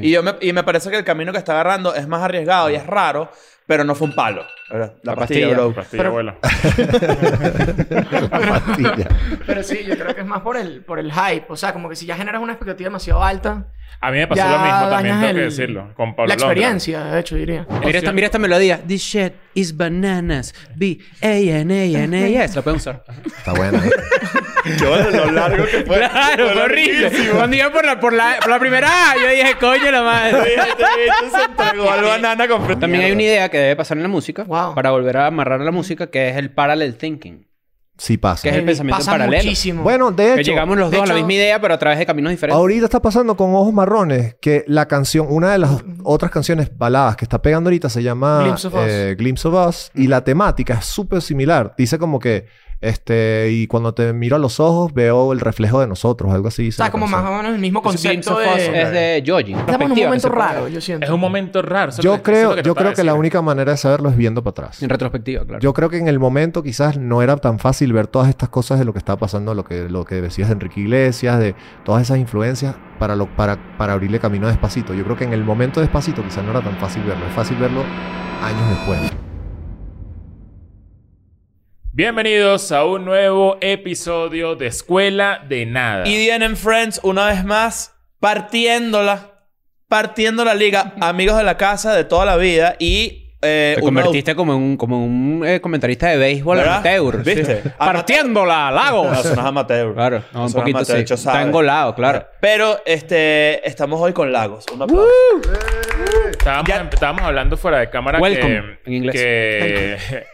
Y, yo me, y me parece que el camino que está agarrando es más arriesgado Ah. y es raro, pero no fue un palo. La, pastilla, La pastilla. bro. Pastilla, abuela. Pastilla. Pero sí, yo creo que es más por el, por el hype. O sea, como que si ya generas una expectativa demasiado alta, A mí me pasó Ya lo mismo también, dañas tengo que el- decirlo. Con Pablo Londra. la experiencia, de hecho, diría. Mira esta, mira esta melodía. This shit is bananas. B A N A N A S. La pueden usar. Está buena. ¿eh? Yo lo largo que fue. Claro, fue horrible. Cuando iba por la, por la, por la primera A, yo dije, coño, la madre. se entregó al banana completo. También hay una idea que debe pasar en la música Wow. para volver a amarrar la música, que es el parallel thinking. Sí pasa. ¿eh? ¿Qué es el pensamiento Pasa en paralelo? muchísimo. Bueno, de Que hecho, llegamos los de dos a la hecho- misma idea, pero a través de caminos diferentes. ahorita está pasando con Ojos Marrones que la canción, una de las otras canciones baladas que está pegando ahorita se llama Glimpse of Us. eh, Glimpse of Us, y la temática es súper similar. Dice como que, este, y cuando te miro a los ojos veo el reflejo de nosotros, algo así. o sea, como más o menos el mismo Entonces, Glimpse concepto of Us de... es de Joji. Estamos en un Perspectiva, momento no sé por qué. raro, yo siento. Es un momento raro. eso Yo que- eso es lo creo, te yo estaba creo que la diciendo. única manera de saberlo es viendo para atrás. En retrospectiva, claro. Yo creo que en el momento quizás no era tan fácil ver todas estas cosas de lo que estaba pasando, lo que, lo que decías de Enrique Iglesias, de todas esas influencias para, lo, para, para abrirle camino a Despacito. Yo creo que en el momento de Despacito quizás no era tan fácil verlo. Es fácil verlo años después. Bienvenidos a un nuevo episodio de Escuela de Nada. Y DNM Friends, una vez más, partiéndola. Partiendo la liga. Amigos de la casa de toda la vida y... Eh, Te uno- convertiste como en un, como en un eh, comentarista de béisbol ¿Verdad? amateur. ¿Viste? Sí. Partiéndola, No, Lagos. eso no es amateur. Claro, no, Eso un es poquito amateur, sí. yo sabe. Está engolado, claro. Pero este, estamos hoy con Lagos. Un aplauso. Estábamos, em- Ya- estábamos hablando fuera de cámara Welcome, que, en inglés. que,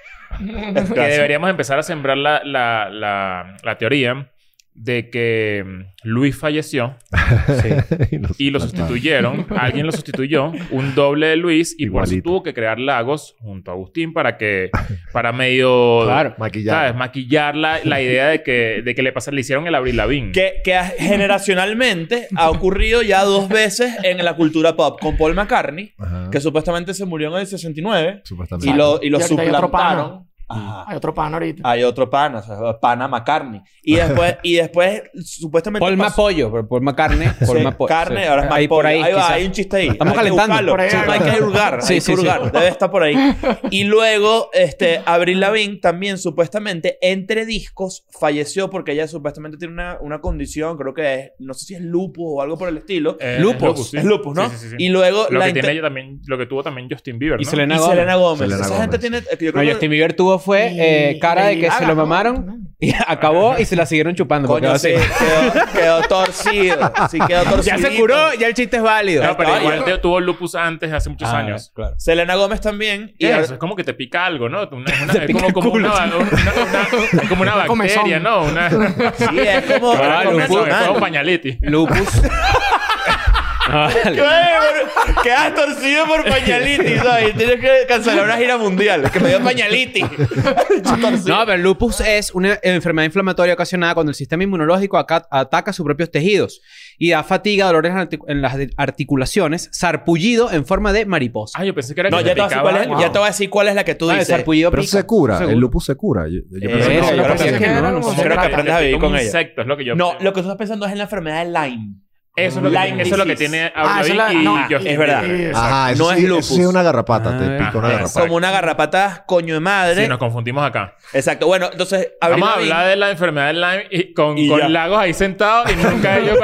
que deberíamos empezar a sembrar la, la, la, la teoría de que mm, Luis falleció y los- y lo sustituyeron. Alguien lo sustituyó, un doble de Luis, y por eso Igualito. tuvo que crear Lagos junto a Agustín para que, para medio, Claro. Maquillado. ¿sabes? Maquillar la, la idea de que, de que le, pasa- le hicieron el Abril Lavín. que, que ha- generacionalmente ha ocurrido ya dos veces en la cultura pop con Paul McCartney, Ajá. que supuestamente se murió en el 69 Supuestamente. y lo, y lo Y ahorita hay otro suplantaron. Ajá. Hay otro pan ahorita. Hay otro pana, o sea, pana McCartney. Y después, y después supuestamente. Paul pasó- Mapollo, pero Paul McCartney. Paul Sí, Mapo- carne, sí. ahora es más Ahí por ahí. ahí va, quizás. hay un chiste ahí. Estamos Hay que calentando. buscarlo. Por ahí, Sí, ahí hay va. que hurgar, Sí, hay sí, que sí. hurgar. Debe estar por ahí. Y luego, este, Abril Lavigne también supuestamente entre discos falleció porque ella supuestamente tiene una, una condición, creo que es, no sé si es lupus o algo por el estilo. Eh, Lupus. sí. Es lupus, ¿no? Sí, sí, sí, sí. Y luego lo la que tiene inter- ella también, lo que tuvo también Justin Bieber, ¿no? Y Selena y Gómez. Selena Gómez. Selena Esa gente tiene. Yo creo No, que- Justin Bieber tuvo fue eh, Y- cara de y que se Gaga, lo ¿no? mamaron y acabó y se la siguieron chupando. porque Coño, ahora sí, sí. quedó, quedó torcido. Sí, quedó torcido. Ya se curó, ya el chiste es válido. No, pero Estaba igual yo. te- tuvo lupus antes, hace muchos Ah, años. Claro. Selena Gómez también. Y Y ahora- eso, es como que te pica algo, ¿no? Una- una- es, pica como, el como culo, una, sí. una- una- es como una bacteria, comezón. ¿no? Una, Sí, es como. Claro, como es como- es nacional. como pañalitis. Lupus. Ah, vale. Güey, Quedas torcido por pañalitis, ¿sabes? Tienes que cancelar una gira mundial. Que me dio pañalitis. No, pero el lupus es una enfermedad inflamatoria ocasionada cuando el sistema inmunológico aca- ataca sus propios tejidos y da fatiga, dolores en artic- en las de- articulaciones, sarpullido en forma de mariposa. Ah, yo pensé que era No, que ya te, te voy a decir picaba cuál es, algo. ya te voy a decir cuál es la que tú Ah, el dices. sarpullido Pero eso pica. se cura. Seguro. El lupus se cura. Yo, yo Eh, pensé que no, no, yo yo creo pensé que que sí. no. no, no, Como no. Como Creo que te- te aprendas a pica vivir un con ella. insecto, es lo que yo... No, lo que tú estás pensando es en la enfermedad de Lyme. Eso es lo Lyme que, eso es lo que disease. tiene Ah, eso Abril la- y no, Justin es verdad. Bieber. Exacto. Ajá, eso No sí- es eso sí es lupus. una garrapata. Ah, te pica una ajá, Es garrapata. como una garrapata coño de madre. Sí, nos confundimos acá. Exacto. Bueno, entonces, Avril Vamos a Lavigne- hablar de la enfermedad de Lyme y con, Y ya. con Lagos ahí sentados y nunca ellos...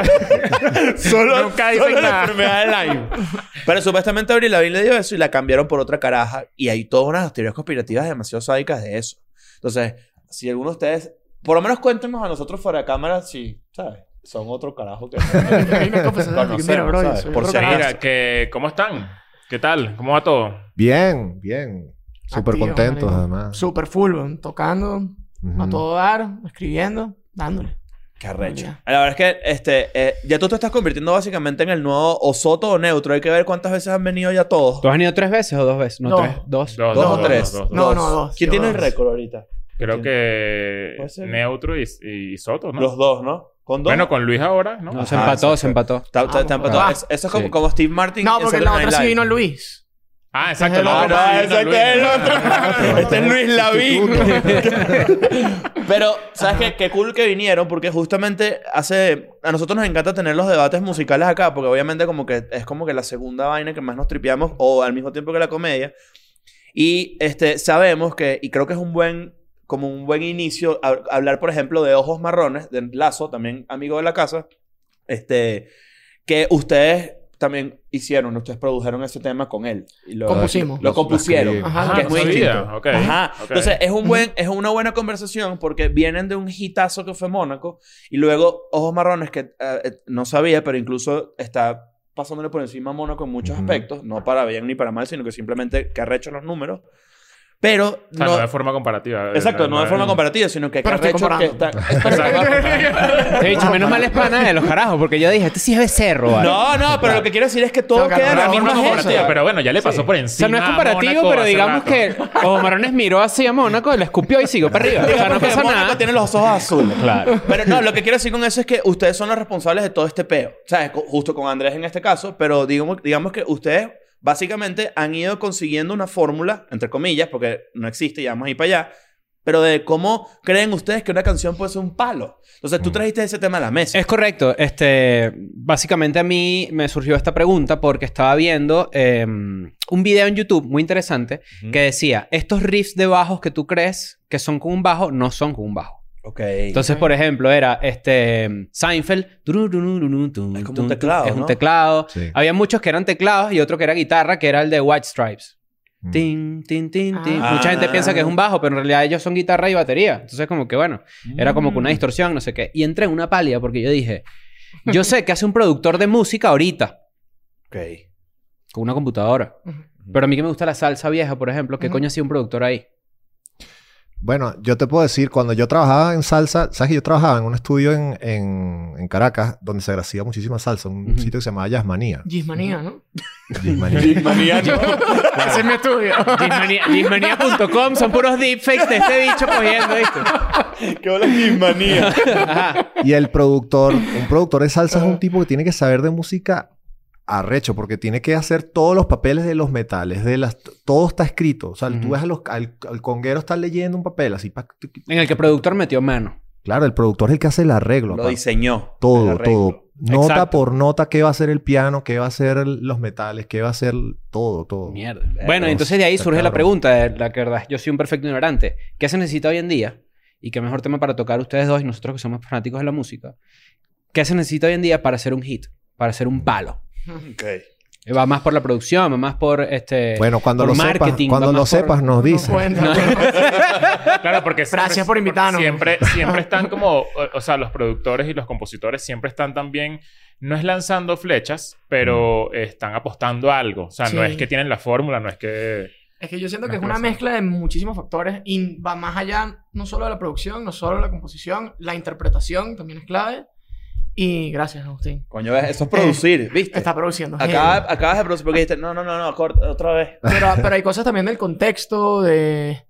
Solo, Nunca dicen solo la nada. enfermedad de Lyme. Pero supuestamente Avril Lavigne le dio eso y la cambiaron por otra caraja. Y hay todas unas teorías conspirativas demasiado sádicas de eso. Entonces, si alguno de ustedes... Por lo menos cuéntenos a nosotros fuera de cámara si, ¿sabes? Son otro carajo que... A mí me confesaron, Conocemos, dije, mira, bro, yo ¿sabes? soy Por otro si carajo. acaso. Mira, que, ¿cómo están? ¿Qué tal? ¿Cómo va todo? Bien, bien. Súper Activo, contentos, marico. además. Mm. Súper full, weón. tocando, a Ujú. todo dar, escribiendo, dándole. Qué arrecho. Ya. La verdad es que este, eh, ya tú te estás convirtiendo básicamente en el nuevo o soto o neutro. Hay que ver cuántas veces han venido ya todos. ¿Tú has venido tres veces o dos veces? No, No. tres. Dos. Dos o tres. dos, dos. No, no, dos. ¿Quién Yo tiene el dos. récord ahorita? Creo que Puede ser. Neutro y, y Soto, ¿no? Los dos, ¿no? Con dos. Bueno, con Luis ahora, ¿no? No, se Ah, Ajá, empató, exacto. se empató. Está- está- está Vamos, empatado. papá. Es- Eso es como, Sí. como Steve Martin. Ah, No, en porque Saturday la otra Night sí Live. vino Luis. Ah, exacto. el no, otro. no, Ah, no, exacto, Luis, es el no. otro. Este es Luis Lavín. Pero, ¿sabes qué? Qué cool que vinieron porque justamente hace... A nosotros nos encanta tener los debates musicales acá porque obviamente como que es como que la segunda vaina que más nos tripeamos o al mismo tiempo que la comedia. Y este, sabemos que, y creo que es un buen, como un buen inicio, hab- hablar, por ejemplo, de Ojos Marrones, de Lazo, también amigo de la casa, este, que ustedes también hicieron, ustedes produjeron ese tema con él. Y lo, Compusimos. Lo compusieron. escribimos. Ajá. Ah, que es no muy sabía. distinto. Ok, Ajá. ok. Entonces, es, un buen, es una buena conversación porque vienen de un hitazo que fue Mónaco y luego Ojos Marrones, que eh, eh, no sabía, pero incluso está pasándole por encima a Mónaco en muchos Ujú. aspectos, no para bien ni para mal, sino que simplemente que arrecho los números. Pero O sea, no, Ah, no, de forma comparativa. eh, exacto, no de forma comparativa, sino que que Pero estoy arrecho que está. comparando. Te he dicho, menos mal es pana de los carajos, porque yo dije, este sí es becerro. ¿vale? No, no, pero lo que quiero decir es que todo Tengo que queda en la agarrar la misma forma forma agencia. comparativa. Pero bueno, ya le pasó por O encima. sea, no es a comparativo, Mónaco pero hace digamos rato. que Ojo Marones miró así a Mónaco, le escupió y siguió para arriba. O sea, no Porque pasa Mónaco nada. tiene los ojos azules. Claro. Pero no, lo que quiero decir con eso es que ustedes son los responsables de todo este peo. ¿Sabes? Co- Justo con Andrés en este caso, pero digamos, digamos que ustedes básicamente han ido consiguiendo una fórmula, entre comillas, porque no existe, ya vamos a ir para allá, pero de cómo creen ustedes que una canción puede ser un palo. Entonces tú trajiste ese tema a la mesa. Es correcto. Este, básicamente a mí me surgió esta pregunta porque estaba viendo eh, un video en YouTube muy interesante Ujú. que decía, estos riffs de bajos que tú crees que son con un bajo, no son con un bajo. Ok. Entonces, Ok. por ejemplo, era este Seinfeld. Es como un teclado, Es un ¿no? teclado. Sí. Había muchos que eran teclados y otro que era guitarra, que era el de White Stripes. Mm. Tin, tin, tin, tin. Ah. Mucha gente piensa que es un bajo, pero en realidad ellos son guitarra y batería. Entonces, como que bueno, era como Mm. que una distorsión, no sé qué. Y entré en una pálida porque yo dije, yo sé que hace un productor de música ahorita Ok. con una computadora. Ujú. Pero a mí que me gusta la salsa vieja, por ejemplo, ¿qué Ujú. coño hacía un productor ahí? Bueno, yo te puedo decir, cuando yo trabajaba en salsa, sabes que yo trabajaba en un estudio en, en, en Caracas donde se hacía muchísima salsa, un Ujú. sitio que se llamaba Jazzmanía. Gismanía, ¿no? Jazzmanía. Ese es mi estudio. Dismania.com son puros deepfakes de este bicho cogiendo, ¿viste? ¿Qué hola, manía? Ajá. Y el productor, un productor de salsa es un tipo que tiene que saber de música arrecho, porque tiene que hacer todos los papeles de los metales, de las, todo está escrito. O sea, Ujú. tú ves a los, al, al conguero está leyendo un papel así. pa- tu- tu- En el que el productor metió mano. Claro, el productor es el que hace el arreglo. Lo papá. diseñó. El Todo, arreglo. todo. Nota Exacto. por nota qué va a ser el piano, qué va a ser los metales, qué va a ser todo, todo. Mierda. Bueno, no, entonces de ahí está surge la cabrón. pregunta, de la que verdad, yo soy un perfecto ignorante. ¿Qué se necesita hoy en día? Y qué mejor tema para tocar ustedes dos y nosotros que somos fanáticos de la música. ¿Qué se necesita hoy en día para hacer un hit? Para hacer un palo. Ok. Eh, Va más por la producción, va más por este... Bueno, cuando por lo sepas, marketing, cuando va lo más por- sepas nos dices. No cuenta. Claro, porque siempre- Gracias por invitarnos. Siempre, siempre están como, o, o sea, los productores y los compositores siempre están también, no es lanzando flechas, pero Mm. están apostando a algo. O sea, no Sí. es que tienen la fórmula, no es que... Es que yo siento Me que es una parece. mezcla de muchísimos factores y va más allá no solo de la producción, no solo de la composición, la interpretación también es clave. Y gracias, Agustín. Coño, ¿ves? Eh, eso es producir, ¿viste? Está produciendo. Acaba- acabas de producir porque dijiste, no, no, no, no, corta, otra vez. Pero, pero hay cosas también del contexto, de,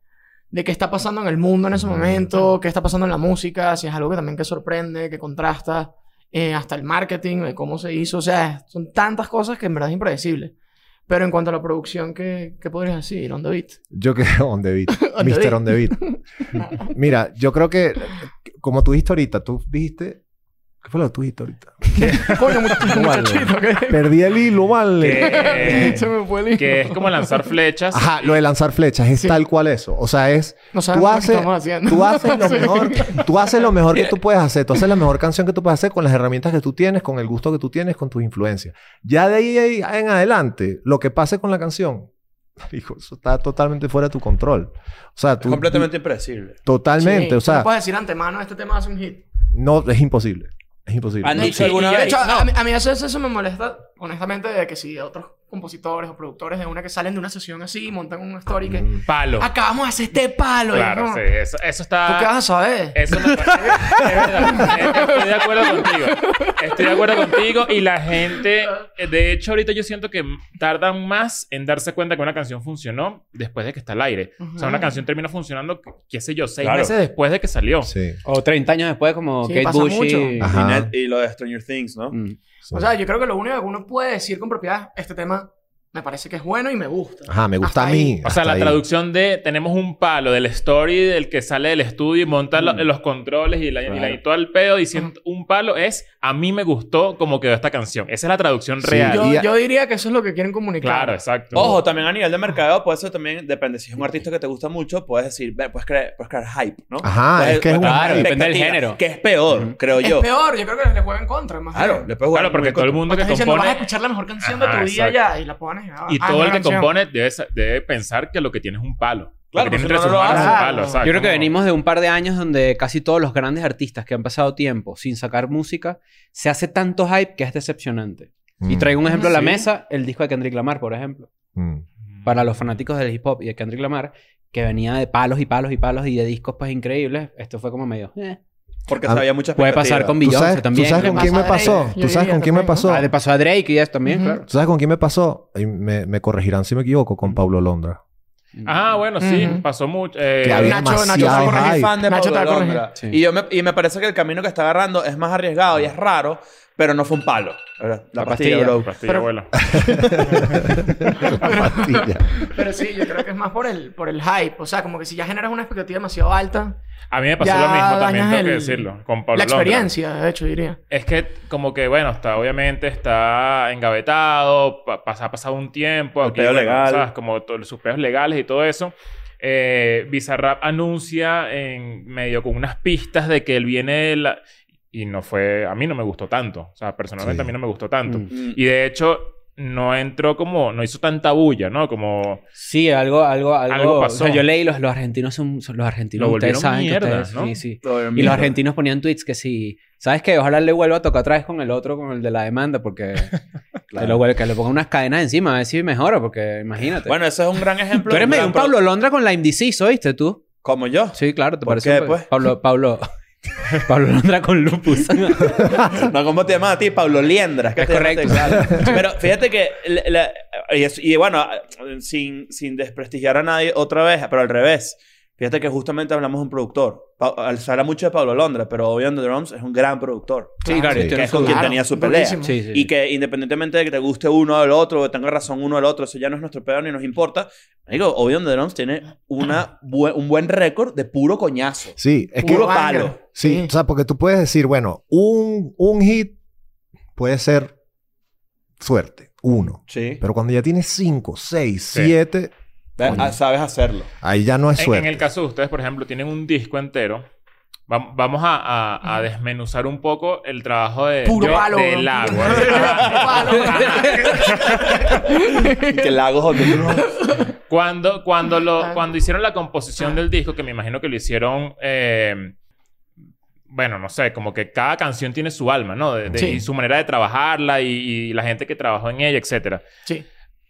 de qué está pasando en el mundo en ese momento, qué está pasando en la música, si es algo que también que sorprende, que contrasta, eh, hasta el marketing, de cómo se hizo. O sea, son tantas cosas que en verdad es impredecible. Pero en cuanto a la producción, ¿qué, qué podrías decir? On the beat. Yo creo on the beat. On the Mr. beat. on the beat. Mira, yo creo que, como tú dijiste ahorita, tú dijiste. ¿Qué fue lo que tú dijiste ahorita? Coño, much- muchachito, ¿qué? Perdí el hilo, vale. que- Se me fue el hilo. que es como lanzar flechas. Ajá, lo de lanzar flechas es Sí. tal cual eso. O sea, es. No Tú sabemos lo que haces- estamos haciendo. Tú haces lo mejor, tú haces lo mejor que tú puedes hacer. Tú haces la mejor canción que tú puedes hacer con las herramientas que tú tienes, con el gusto que tú tienes, con tus influencias. Ya de ahí, ahí en adelante, lo que pase con la canción, hijo, eso está totalmente fuera de tu control. O sea, tú. Es completamente impredecible. Totalmente. Sí, o tú No sea, puedes decir antemano, este tema hace un hit. no, es imposible. Es imposible. Han dicho Y- alguna y de vez. hecho, a, No. mí, a mí eso, eso- eso me molesta, honestamente, de que si otros compositores o productores de una que salen de una sesión así y montan un story que Palo. Ah, acabamos de hacer este palo. y Claro, no, sí. Eso, eso está... ¿Tú qué vas a saber? Eh, Eso me parece- es verdad. Estoy de acuerdo contigo. Estoy de acuerdo contigo. Y la gente, eh, de hecho, ahorita yo siento que tardan más en darse cuenta que una canción funcionó después de que está al aire. O sea, una Ujú. canción termina funcionando, qué sé yo, seis Claro. meses después de que salió. Sí. O 30 años después como Sí, Kate pasa Bush y... mucho. Ajá. Y, Net- y lo de Stranger Things, ¿no? Mm. sí. O sea, yo creo que lo único que uno puede decir con propiedad, este tema me parece que es bueno y me gusta. Ajá, me gusta Hasta a mí. O ahí. sea, hasta la ahí. traducción de tenemos un palo del story del que sale del estudio y monta lo- los controles y, la, y, la- y todo el pedo diciendo un palo es a mí me gustó como quedó esta canción. Esa es la traducción Sí, real. Yo, Y a- yo diría que eso es lo que quieren comunicar. Claro, exacto. Ojo, también a nivel de mercado, pues eso también depende. Si es un artista que te gusta mucho, puedes decir, ve, puedes crear, puedes crear hype, ¿no? Ajá, Ah, Puedes- es que es un puedes crear Claro, depende del expectativa, género. Que es peor, creo Es yo. peor, yo creo que les juega en contra. Más Claro, bien. le puedes jugar Claro, porque muy todo el contra. mundo Porque que estás diciendo, vas a compone escuchar la mejor canción de Ajá, tu día exacto. ya y la pones. ah, y ah, todo nueva el que canción. compone debe, sa- debe pensar que lo que tiene es un palo. Claro, Lo que tiene porque entre si no, sus no lo manos es un hace. palo, Yo Ah, exacto. Yo creo que No. venimos de un par de años donde casi todos los grandes artistas que han pasado tiempo sin sacar música, se hace tanto hype que es decepcionante. Y Mm, traigo un ejemplo a la Sí. mesa, el disco de Kendrick Lamar, por ejemplo. mm. Para los fanáticos del hip hop y de Kendrick Lamar, que venía de palos y palos y palos y de discos pues increíbles, esto fue como medio... eh. Porque A- sabía muchas Puede pasar con ¿Tú Beyoncé sabes, también. ¿Tú sabes con le quién me pasa a Drake, pasó? yo ¿Tú sabes diría con quién me también, ¿no? pasó? Ah, le pasó a Drake y eso también, Ujú. claro. ¿Tú sabes con quién me pasó? Y me, me corregirán si me equivoco, con Pablo Londra. Ah, Mm. bueno, sí, Ujú. pasó mucho. eh, Que había Nacho- Nacho demasiado está corrigiendo. soy hype. fan de Nacho Pablo te va a corregir. Londra. Sí. Y, yo me, y me parece que el camino que está agarrando es más arriesgado y es raro, pero no fue un palo. La, la pastilla, pastilla. bro. pastilla, Pero- abuela. La pastilla. Pero sí, yo creo que es más por el, por el hype. O sea, como que si ya generas una expectativa demasiado alta, A mí me pasó Ya lo mismo también, dañas tengo que el- decirlo. Con Pablo Londra. la experiencia, de hecho, diría. Es que como que, bueno, está obviamente está engavetado, pa- pasa- ha pasado un tiempo. El peo bueno, legal. ¿sabes? Como to- sus peos legales y todo eso. Eh, Bizarrap anuncia en medio con unas pistas de que él viene... de la- Y no fue... A mí no me gustó tanto. O sea, personalmente Sí. a mí no me gustó tanto. Mm. Mm. Y de hecho, no entró como... No hizo tanta bulla, ¿no? Como... Sí, algo, algo, algo. Algo O pasó. sea, yo leí los, los argentinos son, son- los argentinos. Lo ustedes volvieron saben que mierda, ustedes- ¿no? Sí, sí. Todo Y bien. los argentinos ponían tweets que sí. ¿Sabes qué? Ojalá le vuelva a tocar otra vez con el otro, con el de la demanda, porque que, lo vuel- que le pongan unas cadenas encima, a ver si mejora, porque imagínate. Bueno, ese es un gran ejemplo. tú eres medio un Pero- Pablo Londra con la indeciso, ¿oíste tú? Como yo. Sí, claro, te ¿Por parece. qué, un- pues? Pablo, Pablo. Pablo Londra con lupus. No, ¿cómo te llamas a ti? Pablo Liendra. Es te llamas correcto. teclado. Pero fíjate que... la- la- y, es- y bueno, sin, sin desprestigiar a nadie otra vez, pero al revés. Fíjate que justamente hablamos de un productor. Pa- se habla mucho de Pablo Londra, pero Obvio on the Drums es un gran productor. sí, claro. Sí. y tú Que no es con subes. quien tenía su pelea. durísimo. Sí, sí. Y que independientemente de que te guste uno al otro, o tenga razón uno al otro, eso ya no es nuestro pedo ni nos importa. Digo, Obvio on the Drums tiene una bu- un buen récord de puro coñazo. Sí, es que puro Puro banger. palo. Sí, Sí. o sea, porque tú puedes decir, bueno, un, un hit puede ser suerte, uno. Sí. Pero cuando ya tienes cinco, seis, Sí. siete, Ve- Coño. ah, Sabes hacerlo. ahí ya no es En, en suerte. el caso de ustedes, por ejemplo, tienen un disco entero. Vam- Vamos a, a- a desmenuzar un poco el trabajo de, Mm. Puro yo- palo. del agua. Puro palo. que el lago es donde uno- Cuando, cuando, lo, Ah. cuando hicieron la composición del disco, que me imagino que lo hicieron. eh, bueno, no sé, como que cada canción tiene su alma, ¿no? De- de- Sí. Y su manera de trabajarla y, y la gente que trabajó en ella, etcétera. Sí.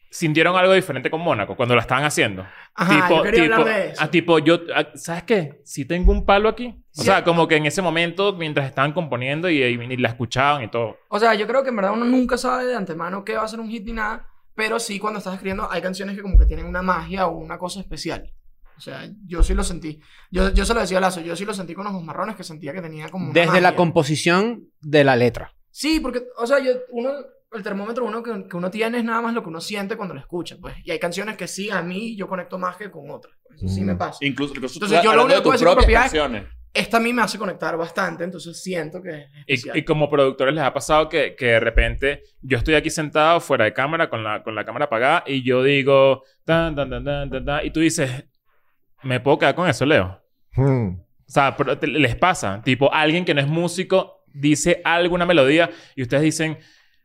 ¿Sintieron algo diferente con Mónaco cuando la estaban haciendo? Ajá, yo quería hablar de eso. ah, tipo, yo, ah, ¿sabes qué? Si tengo un palo aquí. O Sí. sea, como que en ese momento, mientras estaban componiendo y, y- y la escuchaban y todo. O sea, yo creo que en verdad uno nunca sabe de antemano qué va a ser un hit ni nada, pero sí cuando estás escribiendo hay canciones que como que tienen una magia o una cosa especial. O sea, yo sí lo sentí. Yo, yo se lo decía a Lazo, yo sí lo sentí con los marrones que sentía que tenía como una Desde la magia. composición de la letra. Sí, porque, o sea, yo, uno, el termómetro uno que, que uno tiene es nada más lo que uno siente cuando lo escucha, pues. Y hay canciones que sí, a mí yo conecto más que con otras. pues. Eso sí Ujú. me pasa. Incluso, incluso Entonces, yo lo hablando único de que puedo tus decir con propias propiedad- canciones. Esta a mí me hace conectar bastante, entonces siento que es especial. Y, y como productores les ha pasado que, que de repente yo estoy aquí sentado fuera de cámara con la, con la cámara apagada y yo digo tan, tan, tan, tan, tan, tan, y tú dices, me puedo quedar con eso, Leo. Mm. O sea, pero te- les pasa. Tipo, alguien que no es músico dice alguna melodía y ustedes dicen,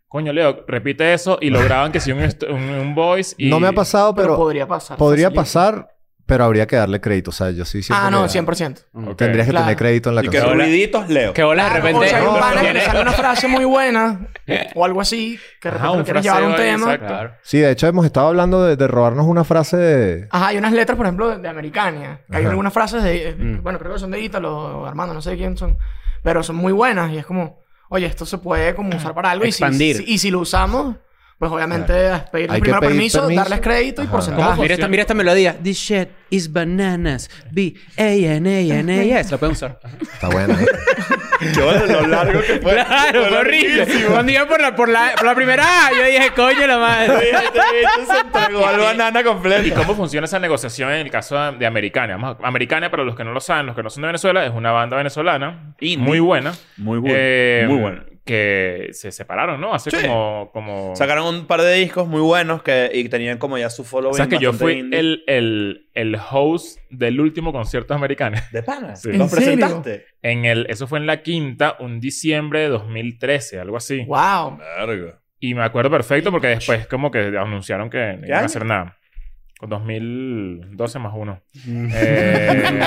coño, Leo, repite eso y lo graban que si un, est- un, un voice y... No me ha pasado, pero, pero, podría pasar. podría facilito. pasar, pero habría que darle crédito. O sea, yo sí siento Ah, que no, da- 100%. Ok. Tendrías que Claro. tener crédito en la Y que canción. ruiditos leo. Que hola, de Claro, repente. O sea, hay un no, pana que viene- le sale una frase muy buena o algo así, que de Ajá, repente un quieres llevar un fraseo ahí, tema. exacto. Claro. Sí, de hecho hemos estado hablando de, de robarnos una frase de... Ajá, hay unas letras, por ejemplo, de, de Americania. que hay Ajá. algunas frases de... de- Mm. Bueno, creo que son de Ítalo o Armando, no sé quién son. Pero son muy buenas y es como... Oye, esto se puede como usar para algo. y si- Expandir. si- Y si, lo usamos, pues obviamente a pedirles Hay que primero pedir permiso, permiso. darles crédito y Ajá. porcentaje. Ah, Mira esta, mira esta melodía. This shit is bananas. B A N A N A S. La pueden usar. Está buena. ¿eh? Qué bueno lo largo que fue. Claro, fue horrible. larguísimo. Cuando iba por la, por, la, por la primera A, yo dije, coño, la madre. Oye, este bicho se entregó al banana completo. ¿Y cómo funciona esa negociación en el caso de Americana? Vamos a- Americana, para los que no lo saben, los que no son de Venezuela, es una banda venezolana Indie. muy buena. Muy eh, Muy bueno. Que se separaron, ¿no? Hace Sí. como... como... Sacaron un par de discos muy buenos que, y tenían como ya su following. ¿Sabes que yo bastante fui indie. el, el, el host del último concierto americano? ¿De pana? Sí. ¿Los ¿En serio? presentaste? En el, eso fue en la quinta, un diciembre de 2013, algo así. ¡Wow! Verga. Y me acuerdo perfecto porque después como que anunciaron que no iban a año? hacer nada. Con 2012 más uno. Mm. Eh,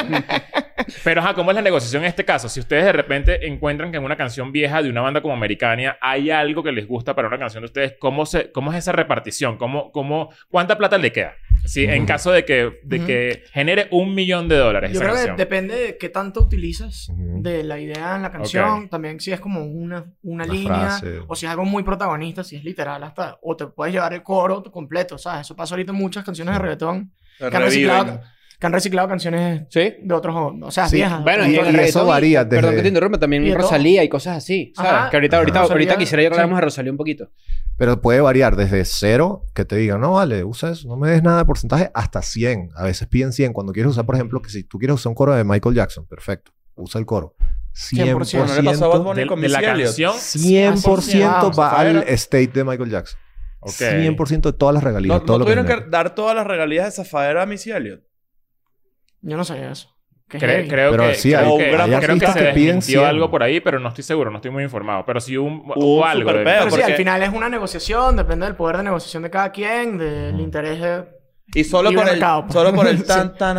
pero, ajá, ¿cómo es la negociación en este caso? Si ustedes de repente encuentran que en una canción vieja de una banda como Americania hay algo que les gusta para una canción de ustedes, ¿cómo, se, cómo es esa repartición? ¿Cómo, cómo, ¿Cuánta plata le queda? Sí, en caso de que, de Ujú. que genere un millón de dólares Yo esa creo que canción. depende de qué tanto utilizas Ujú. de la idea en la canción. También si es como una, Una una línea frase. o si es algo muy protagonista, si es literal hasta. O te puedes llevar el coro completo, ¿sabes? Eso pasa ahorita en muchas canciones de reggaetón que han, reciclado, que han reciclado canciones Sí. de otros, o sea, Sí. viejas. Bueno, Y- y en el eso reggaetón, varía Perdón desde- que te interrumpa, y también de todo. Rosalía y cosas así, ¿sabes? Ajá. que ahorita, ahorita, Ajá. ahorita Rosalía, quisiera yo que sí. habláramos de Rosalía un poquito. Pero puede variar desde cero, que te digan, no vale, usa eso, no me des nada de porcentaje, hasta 100. A veces piden 100. Cuando quieres usar, por ejemplo, que si tú quieres usar un coro de Michael Jackson, perfecto, usa el coro. 100%, 100%. Bueno, ¿no le pasó a Bad Bunny de, con de la Missy Elliott? canción. 100% va al Zafaera. state de Michael Jackson. Ok. 100% de todas las regalías. ¿No, no todo lo que tuvieron que, genera. dar todas las regalías de Zafaera a Missy Elliott? Yo no sabía eso. Qué Cre- heavy. creo Pero que, sí, creo hay- que- hay creo que artistas se que piden desmintió 100. algo por ahí, pero no estoy seguro, no estoy muy informado. Pero sí hubo un, Hubo hubo un algo. de- superpeo, Pero sí, porque- al final es una negociación, depende del poder de negociación de cada quien, del interés de... Y solo Libre por el mercado, pues. solo por el Sí. tan tan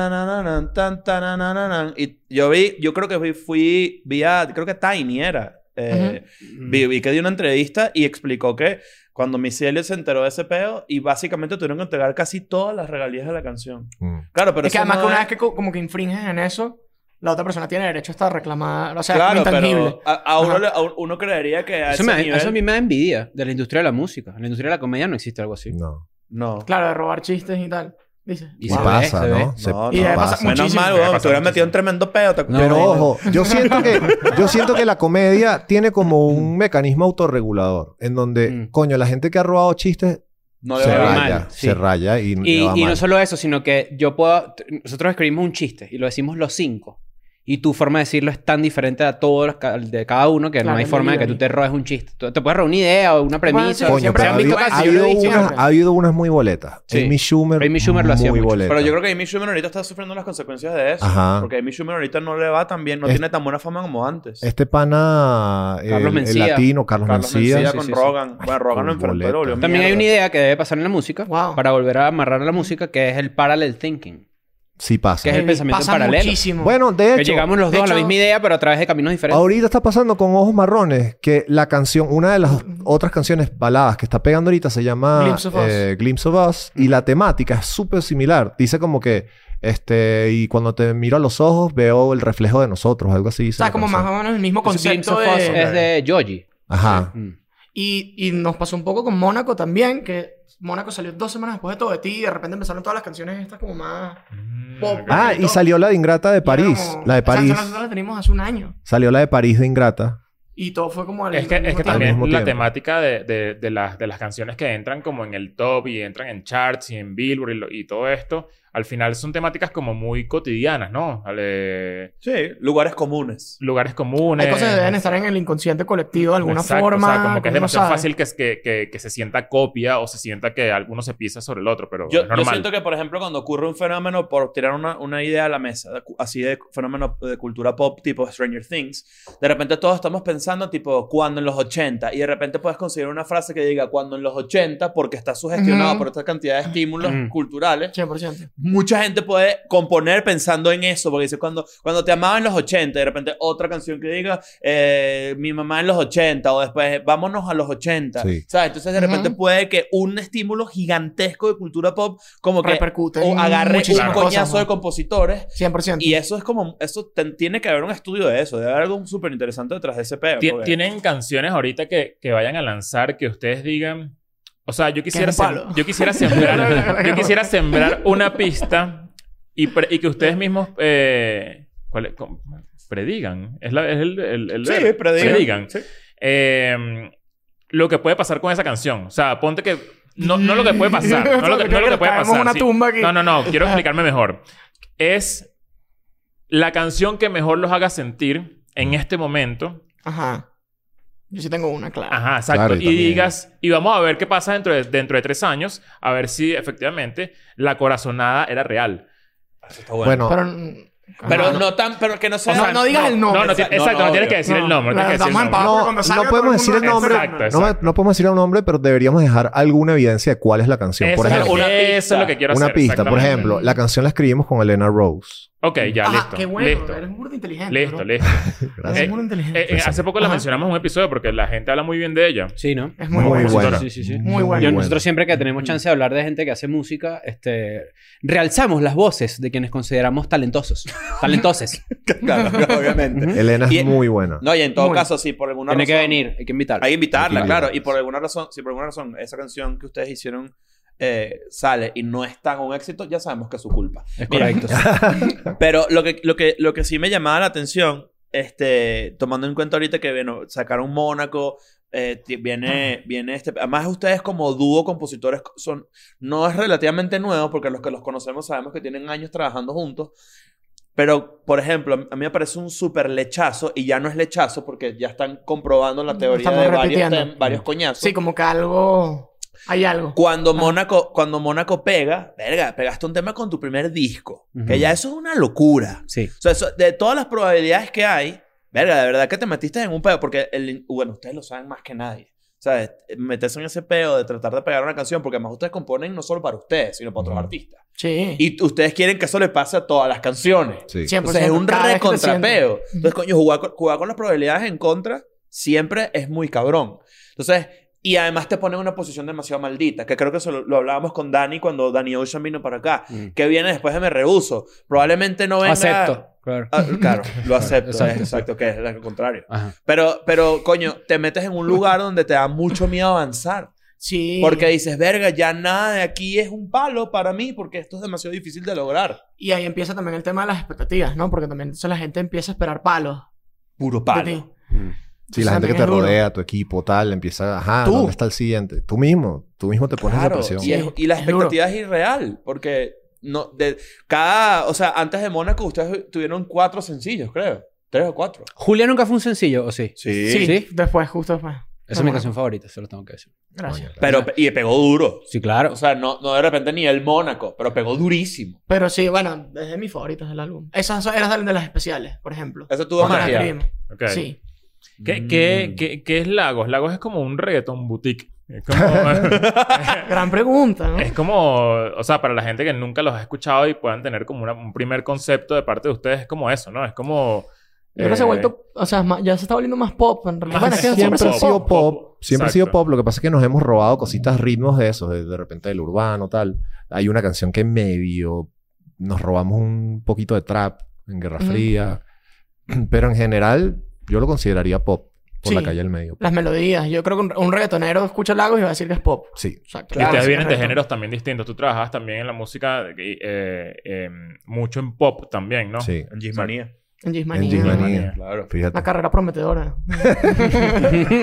tan tan tan y yo vi yo creo que fui, fui vi a creo que Tiny era eh, vi, vi que dio una entrevista y explicó que cuando Missy Elliott se enteró de ese peo y básicamente tuvieron que entregar casi todas las regalías de la canción. Mm. Claro, pero es que eso además no que una es- vez que co- como que infringes en eso, la otra persona tiene derecho a estar reclamada, o sea, claro, es como intangible. pero a, a uno, Ajá. le- a un- uno creería que a Eso, ese me da- nivel- eso a mí me da envidia de la industria de la música. En la industria de la comedia no existe algo así. No. no. Claro, de robar chistes y tal. Dice. Y Y se ve, pasa, se ve. ¿no? Se- No, Y no, debe pasa. pasar menos muchísimo. mal, weón, Pasa te hubieran metido muchísimo. un tremendo peo. te- No, Pero bueno. ojo, yo siento que yo siento que la comedia tiene como un mecanismo autorregulador en donde, Mm. coño, la gente que ha robado chistes no le se va va bien. raya, mal, sí. se raya y, le Y, va y no mal. solo eso, sino que yo puedo. t- Nosotros escribimos un chiste y lo decimos los cinco. Y tu forma de decirlo es tan diferente a todos los ca- de cada uno que no Claro, hay el forma de que tú delivery. te robes un chiste. Tú- te puedes robar una idea o una Bueno, sí, premisa. Coño, siempre pero ha han visto habido, casi, ha yo lo he habido dicho unas, siempre. ha habido unas muy boletas. Sí. Amy Schumer, Amy Schumer lo hacía muy mucho. boleta. Pero yo creo que Amy Schumer ahorita está sufriendo las consecuencias de eso. Ajá. Porque Amy Schumer ahorita no le va tan bien, no Es- tiene tan buena fama como antes. Este pana, el, Carlos el Mencía. latino, Carlos, Carlos Mencía. Mencía sí, con sí, sí. Rogan. Bueno, Rogan con lo enfrentó y boleta. lo volvió También hay mierda. una idea que debe pasar en la música Wow. para volver a amarrar a la música, que es el parallel thinking. Sí pasa. Que es el pensamiento Eh, pasa en paralelo. muchísimo. Bueno, de Que hecho, llegamos los de dos a la hecho- misma idea, pero a través de caminos diferentes. ahorita está pasando con Ojos Marrones que la canción, una de las otras canciones baladas que está pegando ahorita se llama Glimpse of Us. eh, Glimpse of Us, y la temática es súper similar. Dice como que, este, y cuando te miro a los ojos veo el reflejo de nosotros, algo así. o sea, como más o menos el mismo Ese Glimpse concepto of Us Eh. de... es de Joji. Ajá. Mm. Y, y nos pasó un poco con Mónaco también, que Mónaco salió dos semanas después de todo de ti y de repente empezaron todas las canciones estas como más... Mm, Pop. ok. Ah, y salió la de Ingrata de París. Y era como- La de o sea, París. nosotros la tenemos hace un año. Salió la de París de Ingrata. Y todo fue como... al- Es que, al es mismo que tiempo. también mismo la tiempo. temática de, de- de las, de las canciones que entran como en el top y entran en charts y en Billboard y, lo- y todo esto, al final son temáticas como muy cotidianas, ¿no? Al, eh, Sí, lugares comunes. lugares comunes. Hay cosas que deben estar en el inconsciente colectivo de alguna Exacto, forma. O sea, como que es uno demasiado sabe. fácil que, que, que, que se sienta copia o se sienta que alguno se pisa sobre el otro, pero Yo, es yo normal. siento que, por ejemplo, cuando ocurre un fenómeno, por tirar una, una idea a la mesa, de cu- así de fenómeno de cultura pop tipo Stranger Things, de repente todos estamos pensando tipo, cuando en los 80? Y de repente puedes conseguir una frase que diga, cuando en los 80? Porque está sugestionado Ujú. por esta cantidad de estímulos Ujú. culturales. 100%. mucha gente puede componer pensando en eso, porque dice, cuando, cuando te amaba en los 80, y de repente otra canción que diga, eh, mi mamá en los 80, o después, vámonos a los 80. Sí. ¿Sabes? Entonces de repente Ujú. puede que un estímulo gigantesco de cultura pop como que Repercute. o en agarre un muchísimas coñazo cosas, de ¿no? compositores. 100%. Y eso es como, eso ten- tiene que haber un estudio de eso, debe haber algo súper interesante detrás de ese peo. Ti- porque- ¿Tienen canciones ahorita que, que vayan a lanzar que ustedes digan? O sea, yo quisiera, es un sem- palo. yo quisiera sembrar, yo quisiera sembrar una pista y, pre- y que ustedes mismos... eh, ¿cuál es? ¿Cómo? predigan. Es, la- es el, el- el Sí, verbo. predigan. Sí. Eh, lo que puede pasar con esa canción. O sea, ponte que... No, no lo que puede pasar. No lo que, no lo que puede Caemos pasar. en una sí. tumba aquí. No, no, no. Quiero explicarme mejor. Es la canción que mejor los haga sentir en este momento. Ajá. Yo sí tengo una, claro. Ajá, exacto. Claro, y y también- digas... Y vamos a ver qué pasa dentro de, dentro de tres años. A ver si efectivamente la corazonada era real. Eso está bueno. Bueno, Pero, mm, pero ajá. no, tan... Pero que no sea... O sea, no digas el nombre. No, no, ti- Exacto. exacto. No, No, tienes obvio. que decir el nombre. No, tienes la que decir estamos el nombre. en Pablo No, cuando no salga todo el podemos mundo decir el dice, nombre. "Exacto". no, me- no podemos decir un nombre, pero deberíamos dejar alguna evidencia de cuál es la canción. Eso por es lo- ejemplo, una eso es lo que pista. quiero hacer. una pista. Por exactamente. ejemplo, la canción la escribimos con Elena Rose. Ok, ya, Ajá, listo. Qué bueno. listo. Eres un burro inteligente. Listo, bro. listo. Gracias. Es muy inteligente. Pues Eh, eh, hace poco la Ajá. mencionamos en un episodio porque la gente habla muy bien de ella. Sí, ¿no? Es muy, Muy bueno. bueno. Sí, sí, sí. Muy Muy bueno. Yo- bueno. Nosotros siempre que tenemos chance de hablar de gente que hace música, este, realzamos las voces de quienes consideramos talentosos. Talentosos. Claro, obviamente. Elena es Y- muy buena. No, y en todo Muy. caso, sí, por alguna Tiene que razón- venir, hay que invitar. Hay que invitarla, Aquí, claro. claro. Y por alguna razón, si por alguna razón esa canción que ustedes hicieron eh, sale y no es tan un éxito, ya sabemos que es su culpa. Es Mira, correcto. Pero lo que, lo, que, lo que sí me llamaba la atención, este, tomando en cuenta ahorita que bueno, sacaron Mónaco, eh, ti- viene, viene este. Además, ustedes como dúo compositores son. No es relativamente nuevo, porque los que los conocemos sabemos que tienen años trabajando juntos. Pero, por ejemplo, a mí me parece un súper lechazo, y ya no es lechazo porque ya están comprobando la teoría Estamos de varios, repitiendo. Mm. tem- varios coñazos. Sí, como que algo. Hay algo. Cuando Mónaco, cuando Mónaco pega, verga, pegaste un tema con tu primer disco. Ujú. Que ya eso es una locura. Sí. O sea, eso- de todas las probabilidades que hay, verga, de verdad que te metiste en un pedo, porque, el, bueno, ustedes lo saben más que nadie. ¿Sabes? Meterse en ese pedo de tratar de pegar una canción, porque además ustedes componen no solo para ustedes, sino para otros Ujú. artistas. Sí. Y t- ustedes quieren que eso le pase a todas las canciones. Sí. 100%, O sea, es un cada vez creciendo. recontrapeo. Entonces, coño, jugar con, jugar con las probabilidades en contra siempre es muy cabrón. Entonces, y además te pone en una posición demasiado maldita, que creo que eso lo, lo hablábamos con Dani cuando Dani Ocean vino para acá. Mm. Que viene después de Me Rehuso. Probablemente no venga... Acepto. Claro. Ah, claro, lo acepto. es Exacto. Exacto, que es lo contrario. Ajá. Pero, pero, coño, te metes en un lugar donde te da mucho miedo avanzar. Sí. Porque dices, verga, ya nada de aquí es un palo para mí porque esto es demasiado difícil de lograr. Y ahí empieza también el tema de las expectativas, ¿no? Porque también entonces la gente empieza a esperar palos. Puro De ti. palo. Sí, la gente que También te es duro. rodea, tu equipo, tal, empieza, ajá, Tú. ¿dónde está el siguiente? Tú mismo, tú mismo te pones Claro, la presión. y, es- Sí, y la es duro. expectativa es irreal porque no, de, cada, o sea, antes de Mónaco ustedes tuvieron cuatro sencillos, creo. Tres o cuatro. Julia nunca fue un sencillo, ¿o sí? Sí. Sí. ¿Sí? Después, justo después. Esa es mi Bueno, canción favorita, se lo tengo que decir. Gracias. Coño, Pero, y pegó duro. Sí, claro. O sea, no, no de repente ni el Mónaco, pero pegó durísimo. Pero sí, bueno, es de mis favoritas del álbum. Esas son- eran de las especiales, por ejemplo. Eso tuvo Cuando las magia. escribimos. Ok. Sí. ¿Qué, qué, Mm. qué, qué es Lagos? Lagos es como un reggaeton boutique. Es como, Gran pregunta, ¿no? es como, o sea, para la gente que nunca los ha escuchado y puedan tener como una- un primer concepto de parte de ustedes, es como eso, ¿no? Es como... Yo creo que eh, se ha vuelto, o sea, es más- ya se está volviendo más pop en Más realidad. Bueno, es que siempre siempre ha pop, sido pop, pop, siempre ha sido exacto. pop. Lo que pasa es que nos hemos robado cositas, ritmos de esos, de, de repente del urbano, tal. Hay una canción que medio nos robamos un poquito de trap en Guerra Ujú. Fría, pero en general yo lo consideraría pop por la Sí. calle del medio. las melodías. Yo creo que un, un reggaetonero escucha Lagos y va a decir que es pop. Sí, Exacto. y ustedes Sí, vienen de correcto. géneros también distintos. Tú trabajas también en la música eh, eh, eh, mucho en pop también, ¿no? sí. En Gismanía. En Gismanía. En Gismanía. Claro. Fíjate. Una carrera prometedora.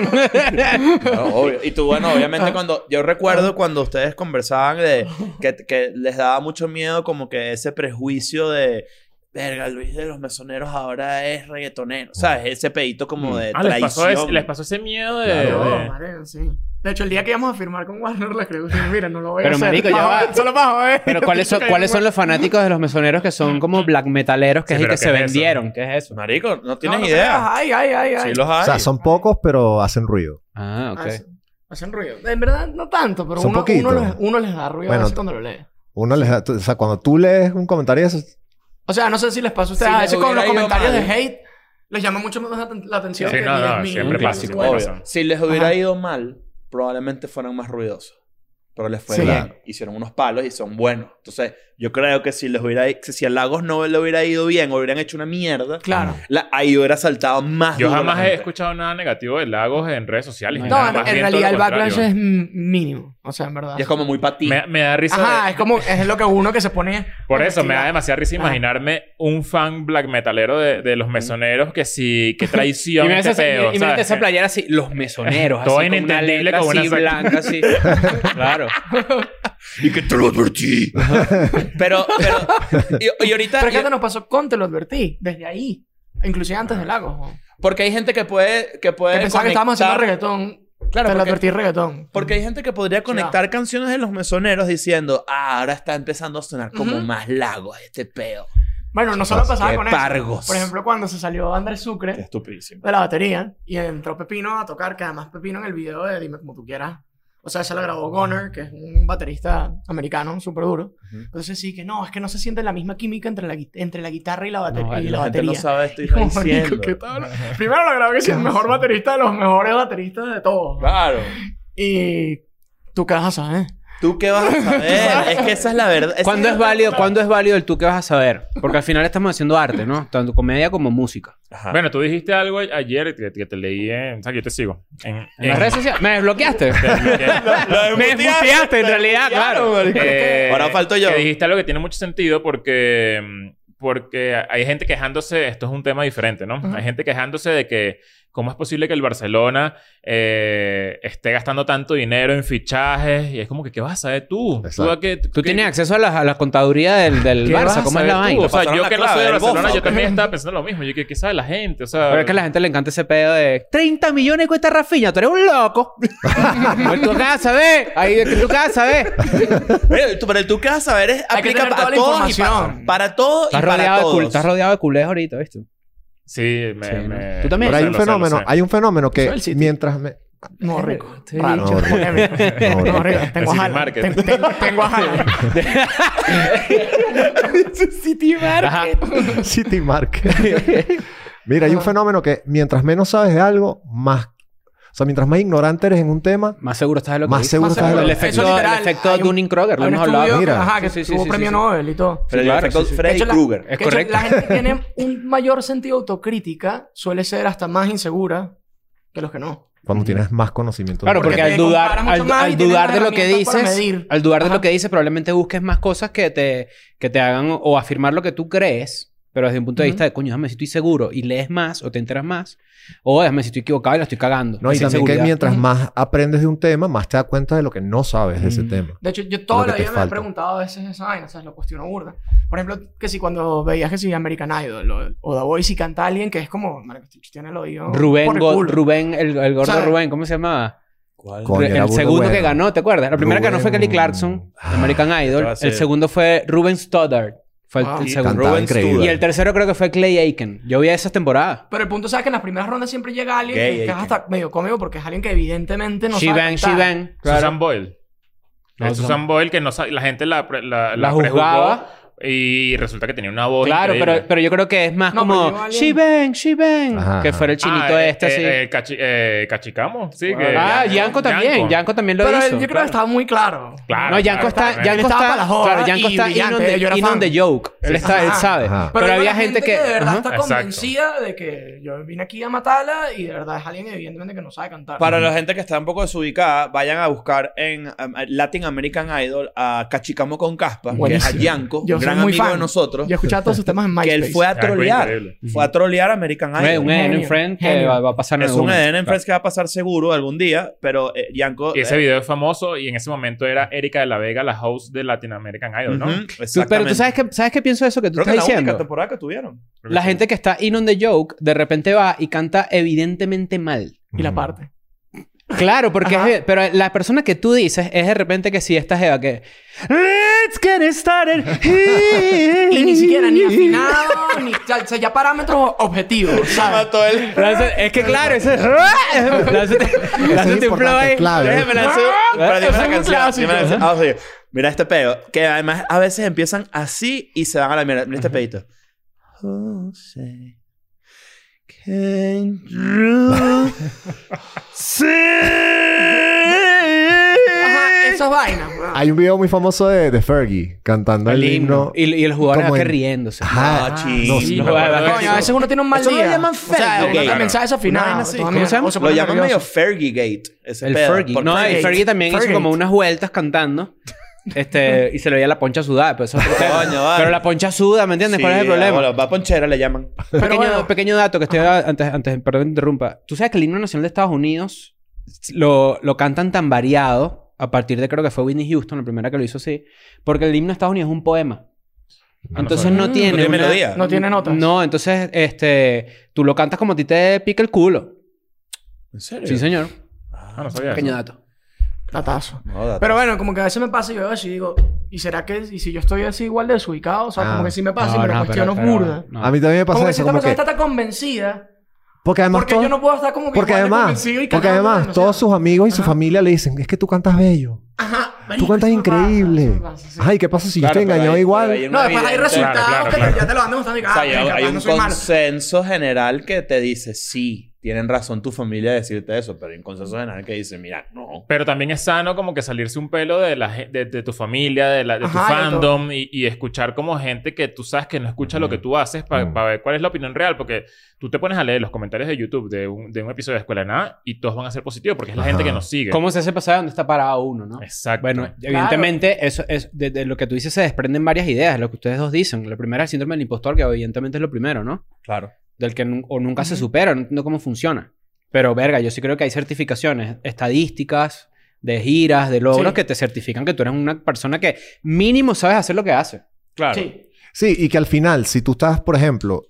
No, obvio. Y tú, bueno, obviamente Ah. cuando... Yo recuerdo cuando ustedes conversaban de... Que, que les daba mucho miedo como que ese prejuicio de... Verga, Luis de los Mesoneros ahora es reggaetonero. ¿Sabes? Ese pedito como de Ah, les pasó, traición. ese, les pasó ese miedo de... Claro. de- Ah, No, marico, sí. De hecho, el día que íbamos a firmar con Warner, le escribí, mira, no lo voy a Pero, hacer. marico, ya Pa' va. joder, Solo para joder. Pero ¿cuáles son, ¿cuáles son los fanáticos de los mesoneros que son como black metaleros Sí, que es el pero que ¿qué se es eso? vendieron? ¿Qué es eso? Marico, no tienes No, no idea. creas. Ay, ay, ay, ay. Sí los hay. O sea, son pocos, pero hacen ruido. Ah, ok. Hacen- Hacen ruido. En verdad, no tanto, pero Son uno, poquitos. uno, les, uno les da ruido Bueno, a veces cuando lo lee. Uno les da, o sea, cuando tú lees un comentario, eso es- O sea, no sé si les pasa a ustedes. Si a les veces con los hubiera ido mal. comentarios de hate, les llama mucho más la aten- la atención. Sí, que no, Dios no, mío. siempre pasa, Sí, siempre bueno. Obvio. pasa. Si les hubiera Ajá. ido mal, probablemente fueran más ruidosos. Pero les fue Sí. bien. Hicieron unos palos y son buenos. Entonces, yo creo que si les hubiera que si a Lagos no le hubiera ido bien o hubieran hecho una mierda, Claro. la- ahí hubiera saltado más. Yo duro la jamás he gente. escuchado nada negativo de Lagos en redes sociales. ni No, nada, Ah, No, en, más en bien todo realidad lo el backlash contrario. es mm, mínimo. O sea, en verdad. Y es como muy para ti. Me, me da risa. Ajá, de- es como, es lo que uno que se pone. Por a eso me da investigar. demasiada risa Ajá. imaginarme un fan black metalero de, de los mesoneros que sí, que traición. Y me hace este esa, peo, y- y me hace ¿sabes? esa playera así, los mesoneros, Todo así, con una inentendible, letra con una así sac- blanca, así. claro. Y que te lo advertí. pero, pero. Y, y ahorita. Pero es que y- antes nos pasó con, te lo advertí, desde ahí. Inclusive antes del lago. jo. porque hay gente que puede. Que Que puede pensaba que estábamos haciendo conectar- reggaetón. Claro, te lo porque- advertí reggaetón. Porque hay gente que podría conectar canciones de los mesoneros diciendo, ah, ahora está empezando a sonar como Ujú. más lago este peo. Bueno, no solo pasaba Qué con eso. pargos. Por ejemplo, cuando se salió Andrés Sucre. estupidísimo. de la batería y entró Pepino a tocar, que además Pepino en el video de Dime como tú quieras. O sea, se lo grabó Goner, que es un baterista americano súper duro. Ujú. Entonces sí, que no, es que no se siente la misma química entre la, gui- entre la guitarra y la, bate- No, vale, y la La gente no batería. sabe esto y Y está como, "Marico, diciendo. ¿qué tal?". Primero lo grabó que es el mejor baterista de los mejores bateristas de todos. Claro. Y tú qué vas a saber. ¿Tú qué vas a saber? es que esa es la verdad. Esa ¿Cuándo es válido, ¿Cuándo es válido el tú que vas a saber? Porque al final estamos haciendo arte, ¿no? Tanto comedia como música. Ajá. Bueno, tú dijiste algo ayer que, que te leí en. O sea, que yo te sigo. En, En las en- redes sociales. ¿Me desbloqueaste? Me desmuteaste, en realidad, claro. Eh, Ahora falto yo. Que dijiste algo que tiene mucho sentido porque, mm, porque hay gente quejándose, esto es un tema diferente, ¿no? Ajá. Hay gente quejándose de que cómo es posible que el Barcelona eh, esté gastando tanto dinero en fichajes y es como que, ¿qué vas a saber tú? Exacto. a qué- Tú qué- tienes acceso a las- a la contaduría del, del qué vas Barça. a ¿Cómo saber es la tú? vaina? O sea, Pasaron yo la que no clave soy de del Barcelona, bozo, yo ¿ok? también estaba pensando lo mismo. Yo, ¿qué, qué sabe la gente? O sea, Pero es que a la gente le encanta ese pedo de 30 millones cuesta Rafiña, tú eres un loco. Pues tú acá sabes, ahí es que tú acá sabes. Mira, el tú- pero el tú qué vas a saber es Hay que aplica tener toda para la todos y para, información. para todo y Estás para rodeado, de cul- todos. estás rodeado de culés ahorita, ¿viste? Sí, me... Sí, ¿no? me- Tú también. Pero lo hay sé, un lo sé, lo fenómeno, sé. hay un fenómeno que Soy el City. mientras me... No, rico. Este Raro, bicho. polémico. No, No, rico. rico. Tengo El City a Haaland. Market. Ten- ten- Tengo a Haaland. City Ajá. City Market. Mira, hay un fenómeno que mientras menos sabes de algo, más... O sea, mientras más ignorante eres en un tema, Más seguro estás de lo que Más dices. seguro estás de lo El que dices. efecto, Eso el literal, efecto hay un- Dunning Kroger, lo Hay un hemos hablado. estudio, Mira. Ajá, que Sí, sí, tuvo sí, premio sí, sí. Nobel y todo. Freddy, Sí, claro, efecto sí, sí. De Freddy hecho, la- Krueger. Es De hecho, correcto. la gente que tiene un mayor sentido de autocrítica suele ser hasta más insegura que los que no. cuando tienes más conocimiento. Claro, porque Porque al te dudar, comparas mucho al, más al y tienes dudar las de lo que herramientas para dices, medir. al dudar de Ajá. lo que dices, probablemente busques más cosas que te, que te hagan o- o afirmar lo que tú crees, pero desde un punto de Ujú. vista de, coño, déjame si estoy seguro y lees más o te enteras más, o déjame si estoy equivocado y la estoy cagando. No, y Esa también que inseguridad. mientras Ujú. más aprendes de un tema, más te das cuenta de lo que no sabes de ese Mm. tema. De hecho, yo toda Lo que la te vida me he falta. preguntado a veces esa vaina, o sea, lo cuestiono burda. Por ejemplo, que si cuando veías que si American Idol o, o The Voice y canta alguien que es como, "Marico, este bicho tiene el oído Rubén, por el Go- culo". Rubén, el, el gordo O sea, Rubén, ¿cómo se llamaba? ¿Cuál? Coño, era el burda segundo que bueno. ganó, ¿te acuerdas? La primera que ganó fue Rubén- Kelly Clarkson, de American Ah, Idol. va a El ser. segundo fue Ruben Stoddard. Fue el, Ah. el Y segundo. Cantaba Rubén increíble. Stewart. Y el tercero creo que fue Clay Aiken. Yo vi esas temporadas. Pero el punto es que en las primeras rondas siempre llega alguien Gay, que, que es eh, hasta medio cómico porque es alguien que evidentemente no she sabe bang, she cantar. bang. Susan Boyle. No, Eh, Susan- Susan Boyle que no sa- la gente la, pre- la, La prejuzgó juzgaba. y resulta que tenía una voz Claro, increíble. pero, pero yo creo que es más No, como pero yo alguien- She Bang, She Bang. Ajá, que ajá. fuera el chinito Ah, eh, este, eh, así. eh, Cachi- eh, cachicamo, sí. que- ah, Yanko también. Yanko también lo Pero él- hizo. yo creo que estaba muy claro. Claro. no, Yanko está, claramente. Él Yanko estaba está, para la joda claro, Yanko y está in on, brillante, the, yo era in on fan. the joke. Él, está, él Ajá. sabe. Ajá. Pero, luego había la gente que... De verdad ajá. está Exacto. convencida de que yo vine aquí a matarla y de verdad es alguien evidentemente que no sabe cantar. Para la gente que está un poco desubicada, vayan a buscar en um, Latin American Idol a Cachicamo con Caspa, que Buenísimo. es a Yanko, Yo soy gran muy amigo fan. de nosotros, Yo escuchaba todos sus temas en MySpace. E que él fue a Yanko trolear. Ah, increíble. Fue a trolear American Idol. Un Eden Genio. Friend que Genio. va, va a pasar en Es algún un E momento. Eden en Friends que va a pasar seguro algún día, pero eh, Yanko. Y ese eh, video es famoso y en ese momento era Erika de la Vega, la host de Latin American Idol, ¿no? ujú, Tú- Pero tú exactamente. sabes que, sabes que pienso eso que tú Creo que es estás la única diciendo. temporada que tuvieron. La gente que está in on the joke de repente va y canta evidentemente mal. Y la parte. Claro, porque Ajá. es- pero la persona que tú dices es de repente que sí, esta jeva que Let's get started. Y ni siquiera, ni afinado, ni... O sea, ya parámetros objetivos, ¿sabes? Mató el. Lanza- es que claro, ese lánzate, lánzate un flow importante, ahí. clave. Déjeme lanzar. Para dime Eso es la un canción. dime la clásico. canción. Ah, sí. Mira este pedo. Que además a veces empiezan así y se van a la mierda. Mira este pedito. José. Can you see? Ajá, esas vainas. weón. Hay un video muy famoso de, de Fergie cantando el, himno. Y, y el jugador Como acá en- riéndose. Ajá. Ah, no, sí, no. me acuerdo de Coño, a veces uno tiene un mal Eso no día. lo llaman O sea, Fergie. uno Claro. también se desafinado. Una vaina así. toda ¿Cómo mierda. se llama? O Lo pone llaman medio nervioso. Fergie Gate. ese El pedo, Fergie. por No, el Fergie. Fergie también hizo Fergie. como unas vueltas cantando. Este, y se le veía la poncha sudada, pero eso es otro tema. Coño, vale. Pero la poncha suda, ¿me entiendes? Sí, ¿Cuál es el problema? bueno, va ponchera le llaman. Pero pequeño, bueno. pequeño dato que estoy antes, antes, perdón, que interrumpa. Tú sabes que el himno nacional de Estados Unidos lo, lo cantan tan variado a partir de creo que fue Whitney Houston, la primera que lo hizo así, porque el himno de Estados Unidos es un poema. Entonces sabía. no, tiene. tiene una- melodía. No tiene notas. No, entonces este, tú lo cantas como a ti te pica el culo. ¿En serio? Sí, señor. Ah, no sabía. Pequeño eso. dato. Tatazo. No, da- Pero bueno, como que a veces me pasa y yo así digo, ¿y será que y si yo estoy así igual de desubicado? O sea, Ah. como que sí me pasa y me lo cuestiono pero- burda. no. A mí también me Como pasa que eso. si esta Como persona que, está tan convencida, porque además porque todo- yo no puedo estar como que Porque igual de además, convencido y porque cagándome además demasiado. todos sus amigos y su Ajá. familia le dicen, es que tú cantas bello. Ajá, marico, Tú cantas eso me pasa, increíble. eso me pasa, sí. Ay, ¿qué pasa si Claro, yo pero estoy engañado hay- igual? pero hay No, una después hay evidencia. resultados Claro, que claro, ya te lo van demostrando. y que, O Ah, sea, hay, capaz pues, hay un no soy malo. consenso general que te dice, sí, tienen razón tu familia de decirte eso, pero hay un consenso general que dice, mira, no. Pero también es sano como que salirse un pelo de, la, ge- de, de tu familia, de, la, de tu Ajá, de todo. fandom y, y escuchar como gente que tú sabes que no escucha lo que tú haces para Ujú. ver cuál es la opinión real. Porque tú te pones a leer los comentarios de YouTube de un, de un episodio de Escuela de Nada y todos van a ser positivos porque es la Ajá. gente que nos sigue. ¿Cómo se hace pasar dónde está parado uno, no? Exacto. Bueno, evidentemente, eso es de, de lo que tú dices se desprenden varias ideas, lo que ustedes dos dicen. La primera es el síndrome del impostor, que evidentemente es lo primero, ¿no? Claro. Del que nun- o nunca se supera, no entiendo cómo funciona. Pero, verga, yo sí creo que hay certificaciones estadísticas, de giras, de logros, Sí. que te certifican que tú eres una persona que mínimo sabes hacer lo que hace. claro. Sí. Sí, y que al final, si tú estás, por ejemplo,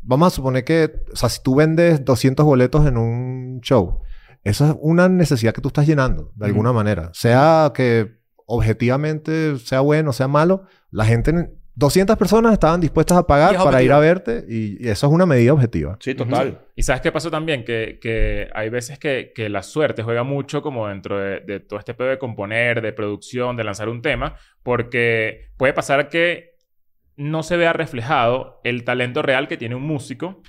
vamos a suponer que, o sea, si tú vendes 200 boletos en un show, esa es una necesidad que tú estás llenando, de alguna manera. Sea que objetivamente sea bueno, sea malo, la gente, 200 personas estaban dispuestas a Y pagar es para ir objetivo. a verte y, y eso es una medida objetiva. Sí, total. Y sabes qué pasó también, que, que hay veces que, que la suerte juega mucho como dentro de, de todo este pedo de componer, de producción, de lanzar un tema, porque puede pasar que no se vea reflejado el talento real que tiene un músico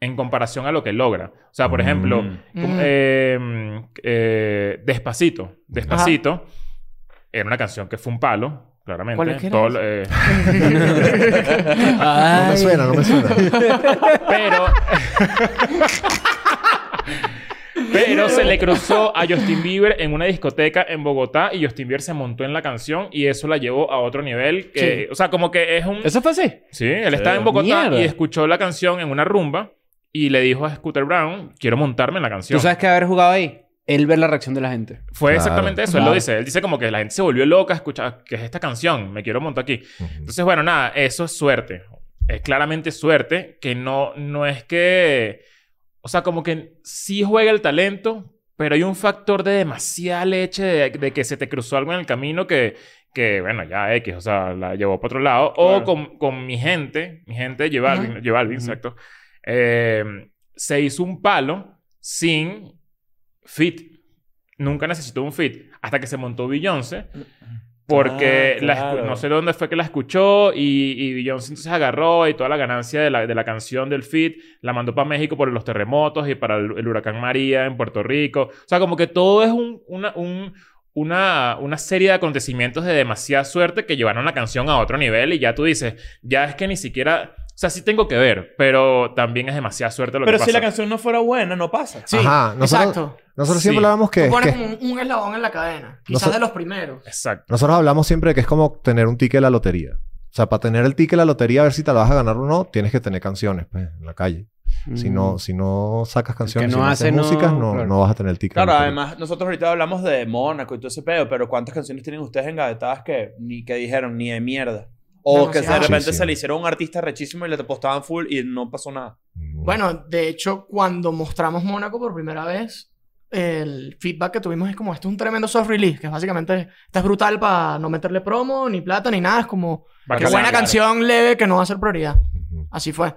en comparación a lo que logra. O sea, por ejemplo, Mm. como- Mm. eh, eh, Despacito, Despacito, era una canción que fue un palo. Claramente. ¿Cuál es que era Todo lo- eh, No me suena, no me suena. Pero. Pero se le cruzó a Justin Bieber en una discoteca en Bogotá y Justin Bieber se montó en la canción y eso la llevó a otro nivel. Que, O sea, como que es un. Eso fue así. Sí, él estaba en Bogotá Mierda. y escuchó la canción en una rumba y le dijo a Scooter Brown: Quiero montarme en la canción. Tú sabes que haber jugado ahí, él ver la reacción de la gente. Fue Claro. exactamente eso. Él Claro. lo dice. Él dice como que la gente se volvió loca a escuchar que es esta canción. Me quiero montar aquí. Entonces, bueno, nada, eso es suerte. Es claramente suerte que no, no es que. O sea, como que sí juega el talento, pero hay un factor de demasiada leche de, de que se te cruzó algo en el camino que, que bueno, ya X, o sea, la llevó para otro lado. O Claro. con, con mi gente, mi gente, lleva Ajá. Alvin, lleva Alvin, Ujú. exacto. eh, se hizo un palo sin fit. Nunca necesitó un fit. Hasta que se montó Beyoncé. Porque Ah, la escu- claro. no sé dónde fue que la escuchó y, y Beyoncé entonces agarró y toda la ganancia de la, de la canción del fit la mandó para México por los terremotos y para el, el huracán María en Puerto Rico. O sea, como que todo es un- una, un- una, una serie de acontecimientos de demasiada suerte que llevaron la canción a otro nivel y ya tú dices, ya es que ni siquiera... O sea, sí tengo que ver, pero también es demasiada suerte lo Pero que si pasa. la canción no fuera buena, no pasa. Sí, Ajá, nosotros, exacto. nosotros siempre Sí. hablamos que, Tú pones que- como un, un eslabón en la cadena. No Quizás sé- de los primeros. Exacto. Nosotros hablamos siempre de que es como tener un ticket de la lotería. O sea, para tener el ticket de la lotería, a ver si te la vas a ganar o no, tienes que tener canciones pues, en la calle. Si, Mm. no, si no sacas canciones, no si no haces hace, no- músicas, no, claro. no vas a tener el ticket. de la Claro, lotería. además, nosotros ahorita hablamos de Mónaco y todo ese pedo, pero ¿cuántas canciones tienen ustedes engavetadas que ni que dijeron ni de mierda? O que de Demasiadas. repente Sí, sí. se le hicieron a un artista rechísimo y le postaban full y no pasó nada. Mm. Bueno, de hecho, cuando mostramos Mónaco por primera vez, el feedback que tuvimos es como, esto es un tremendo soft release, que básicamente está brutal para no meterle promo, ni plata, ni nada. Es como, Va qué a buena calar. canción leve que no va a ser prioridad. Ujú. Así fue.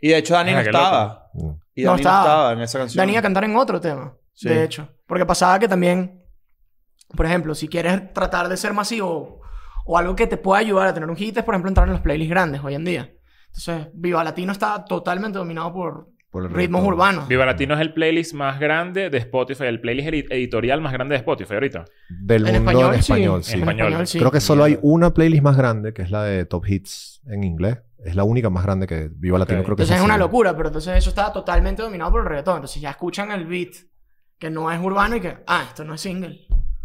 Y de hecho, Dani no Ah, qué loco. estaba. Mm. Y No Dani no estaba. estaba en esa canción. Dani iba a cantar en otro tema, Sí. de hecho. Porque pasaba que también, por ejemplo, si quieres tratar de ser masivo o algo que te pueda ayudar a tener un hit es, por ejemplo, entrar en los playlists grandes hoy en día. Entonces, Viva Latino está totalmente dominado por por el Ritmos reggaetón. urbanos. Viva Latino es el playlist más grande de Spotify, el playlist edi- editorial más grande de Spotify ahorita. Del En mundo español, en español, sí. sí. En español, sí. Creo que solo hay Mierda. una playlist más grande, que es la de Top Hits en inglés. Es la única más grande que Viva Latino Ok. creo que Entonces es una así. locura, pero entonces eso está totalmente dominado por el reggaetón. Entonces ya escuchan el beat que no es urbano y que, ah, esto no es single.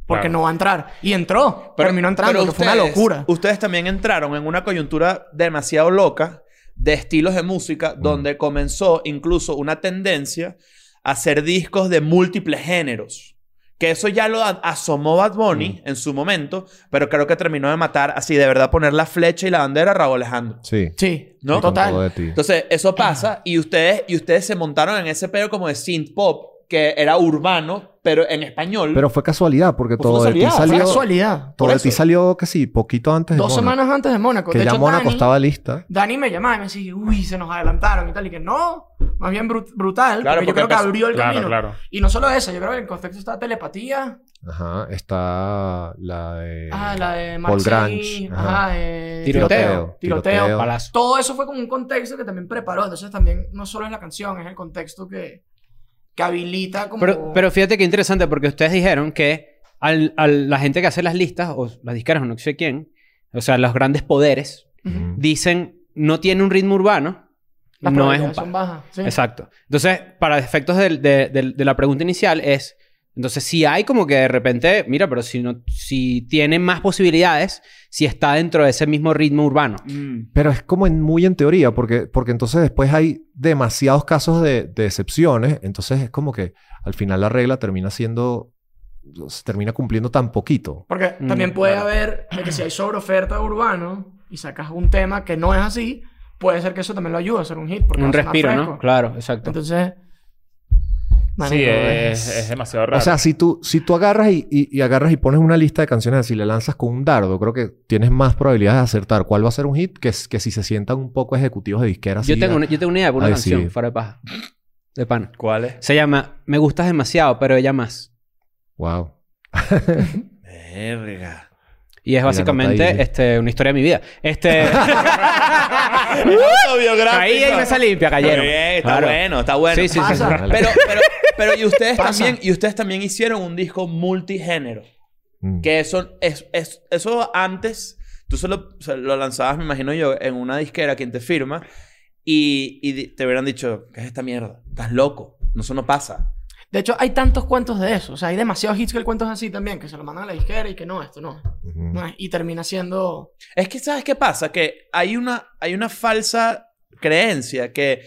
Porque Claro. no va a entrar. Y entró. terminó entrando, pero que fue una ustedes- locura. Ustedes también entraron en una coyuntura demasiado loca de estilos de música, donde comenzó incluso una tendencia a hacer discos de múltiples géneros. Que eso ya lo a- asomó Bad Bunny en su momento, pero creo que terminó de matar, así de verdad, poner la flecha y la bandera a Raúl Alejandro. Sí. Sí, ¿No? Sí, con todo total. de ti. Entonces, eso pasa y ustedes, y ustedes se montaron en ese pedo como de synth pop, que era urbano, pero en español. Pero fue casualidad, porque Fue todo de ti casualidad, fue Fue salió. casualidad. Todo por de ti eso. salió que sí, poquito antes de Dos Mónaco. semanas antes de Mónaco. Que de ya hecho, Mónaco Dani, estaba lista. Dani me llamaba y me decía, uy, se nos adelantaron y tal. Y que no, más bien brut- brutal. Claro, porque, porque yo creo que empezó- abrió el Claro, camino. claro. Y no solo eso, yo creo que en contexto está telepatía. Ajá. Está la de. ah, la de Eh, Paul Marcegui, Grange, Ajá, ajá. eh, Tiroteo, tiroteo. tiroteo. Palazo. Todo eso fue como un contexto que también preparó. Entonces también no solo es la canción, es el contexto que, que habilita como... Pero, pero fíjate que interesante porque ustedes dijeron que al, a la gente que hace las listas, o las discaras, o no sé quién, o sea, los grandes poderes, Ujú. dicen no tiene un ritmo urbano, Las no es un probabilidades son palo. bajas. sí. Exacto. Entonces, para efectos del- de, del- de la pregunta inicial es, entonces si hay como que de repente, mira, pero si no, si tiene más posibilidades, si está dentro de ese mismo ritmo urbano. Mm. Pero es como en- muy en teoría, porque, porque entonces después hay demasiados casos de, de excepciones, entonces es como que al final la regla termina siendo, se termina cumpliendo tan poquito. Porque Mm, también puede claro. haber de que si hay sobreoferta de urbano y sacas un tema que no es así, puede ser que eso también lo ayude a hacer un hit. Porque un va a sonar respiro, ¿no? fresco. Claro, exacto. Entonces... sí, marico, es, es demasiado raro. O sea, si tú, si tú agarras y, y- y agarras y pones una lista de canciones así, le lanzas con un dardo, creo que tienes más probabilidades de acertar cuál va a ser un hit que, s- que si se sientan un poco ejecutivos de disqueras. yo, tengo una, yo tengo una idea para una Ay, canción, sí. fuera de paja. De pana. ¿Cuál es? Se llama Me gustas demasiado, pero ella más. Wow. Verga. Mira, nota Y es ahí. básicamente este, una historia de mi vida. Este, Autobiográfico. caí y me salí limpia, Está cayeron. bien, está Claro. bueno, está bueno. Sí, sí, sí, sí. Pasa. Pero, pero, pero y ustedes Pasa. también, y ustedes también hicieron un disco multigénero. Mm. Que eso, es, es- eso antes, tú solo o sea, lo lanzabas, me imagino yo, en una disquera quien te firma, y, y di- te hubieran dicho, ¿qué es esta mierda? Estás loco. No, eso no pasa. De hecho, hay tantos cuentos de eso. O sea, hay demasiados hits que el cuento es así también, que se lo mandan a la disquera y que no, esto no. Ujú. no es. Y termina siendo. Es que, ¿sabes qué pasa? Que hay una, hay una falsa creencia que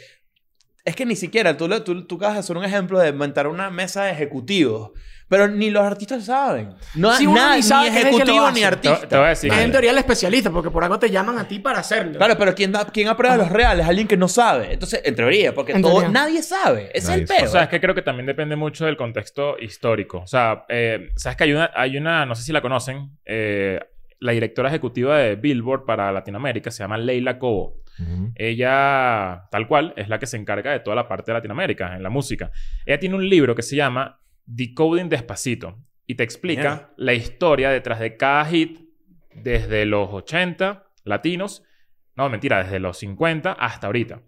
es que ni siquiera, tú, lo- tú, tú acabas de hacer un ejemplo de montar una mesa de ejecutivos, pero ni los artistas saben. No, Sí, uno nada, ni ni, sabe quién es que lo ejecutivo hace. ni te, artista. te voy a decir. Es en teoría el especialista, porque por algo te llaman a ti para hacerlo. Claro, pero ¿quién, da- quién aprueba Ajá. los reales? Alguien que no sabe. Entonces, en teoría, porque En todo, teoría. nadie sabe. Ese Nadie es el sabe. pedo. O sea, es que creo que también depende mucho del contexto histórico. O sea, eh, sabes que hay una, hay una, no sé si la conocen, eh, la directora ejecutiva de Billboard para Latinoamérica se llama Leila Cobo. Ujú. Ella, tal cual, es la que se encarga de toda la parte de Latinoamérica en la música. Ella tiene un libro que se llama Decoding Despacito y te explica Mierda. la historia detrás de cada hit desde los 80 latinos, no, mentira, desde los 50 hasta ahorita.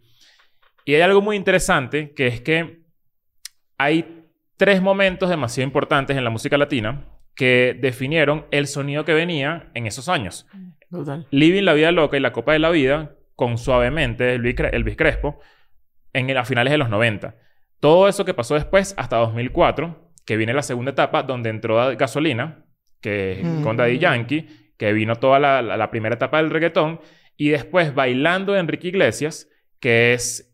Y hay algo muy interesante que es que hay tres momentos demasiado importantes en la música latina que definieron el sonido que venía en esos años. Brutal. Living la Vida Loca y La Copa de la Vida con Suavemente de Elvis Cre- Elvis Crespo en el- a finales de los 90. Todo eso que pasó después hasta 2004, que viene la segunda etapa donde entró Da- Gasolina, que Mm. con Daddy Yankee, que vino toda la, la- la primera etapa del reggaetón, y después Bailando de Enrique Iglesias, que es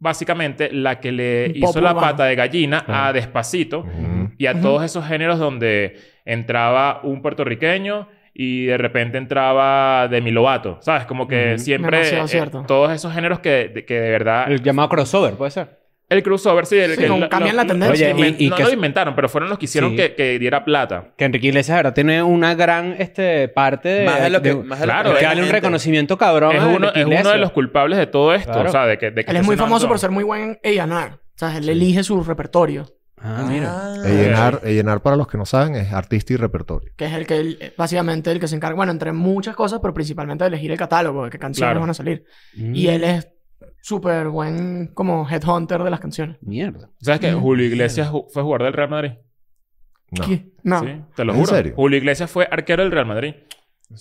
básicamente la que le Un pop hizo la urbano. pata de gallina a Ah. Despacito Ujú. y a Ujú. todos esos géneros donde entraba un puertorriqueño y de repente entraba Demi Lovato, ¿sabes? Como que Ujú. siempre Demasiado eh, cierto. todos esos géneros que, de- que de verdad El llamado crossover, puede ser. el crossover sí, el, Sí, que como lo- cambian lo- la tendencia. lo inven- Oye, y- y no que- lo inventaron, pero fueron los que hicieron Sí. que, que diera plata. Que Enrique Iglesias, de verdad, tiene una gran este, parte de. más de lo que. de- más de lo claro, hay que que la darle un gente. reconocimiento cabrón. Es a uno, Enrique es uno de Iglesias. los culpables de todo esto, Claro. o sea, de que... de que Él es esté muy famoso sonando- por ser muy buen A&R. O sea, él elige su repertorio, Ah, mira. Ah. Llenar, llenar para los que no saben es artista y repertorio. que es el que él, eh, básicamente el que se encarga, bueno, entre muchas cosas, pero principalmente de elegir el catálogo, de qué canciones Mm. Claro. van a salir. Y él es súper buen como headhunter de las canciones. Mierda. ¿Sabes que Mm. Julio Iglesias ju- fue jugador del Real Madrid. No. ¿Qué? No. Sí, te lo ¿En juro. serio? Julio Iglesias fue arquero del Real Madrid.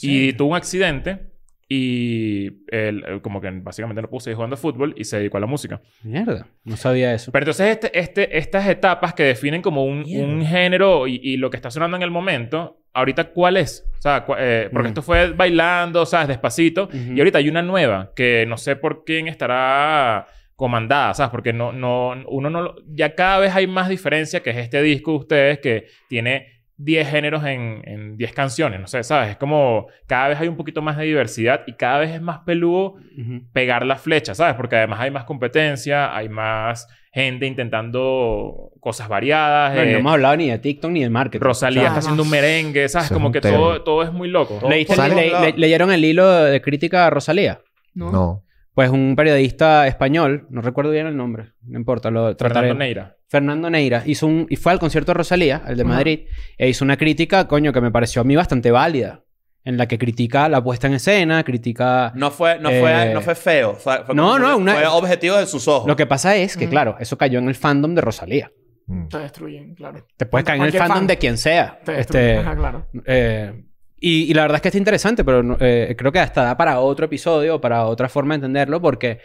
Y tuvo un accidente y él, eh, como que básicamente no pudo seguir jugando fútbol y se dedicó a la música. Mierda. No sabía eso. Pero entonces este, este, estas etapas que definen como un, Mierda. un género y, y lo que está sonando en el momento, ahorita ¿cuál es? O sea, cu- eh, porque Mm. esto fue bailando, ¿sabes? Despacito. Ujú. Y ahorita hay una nueva que no sé por quién estará comandada, ¿sabes? Porque no, no, uno no... lo- Ya cada vez hay más diferencia que es este disco de ustedes que tiene... 10 géneros en, en 10 canciones, no sé, ¿sabes? Es como cada vez hay un poquito más de diversidad y cada vez es más peludo Ujú. pegar la flecha, ¿sabes? Porque además hay más competencia, hay más gente intentando cosas variadas. No, eh, no hemos hablado ni de TikTok ni del marketing. Rosalía Claro. está haciendo un merengue, ¿sabes? Eso es Como un que tema. todo, todo es muy loco. O sea, ¿leíste el- Sale- le- le- ¿Leyeron el hilo de crítica a Rosalía? No. No. Pues un periodista español, no recuerdo bien el nombre, no importa, lo trataré. Fernando Neira. Fernando Neira hizo un, y fue al concierto de Rosalía, el de Ajá. Madrid, e hizo una crítica, coño, que me pareció a mí bastante válida, en la que critica la puesta en escena, critica... No fue, no Eh, fue, no fue feo. Fue, fue no, como- no, una- Fue objetivo de sus ojos. Lo que pasa es que, Ujú. claro, eso cayó en el fandom de Rosalía. Mm. Te destruyen, claro. Te puedes caer en el Cualquier fandom fan. de quien sea. Te destruyen. Este, Ajá, claro. eh, y, y la verdad es que está interesante, pero no- eh, creo que hasta da para otro episodio, para otra forma de entenderlo, porque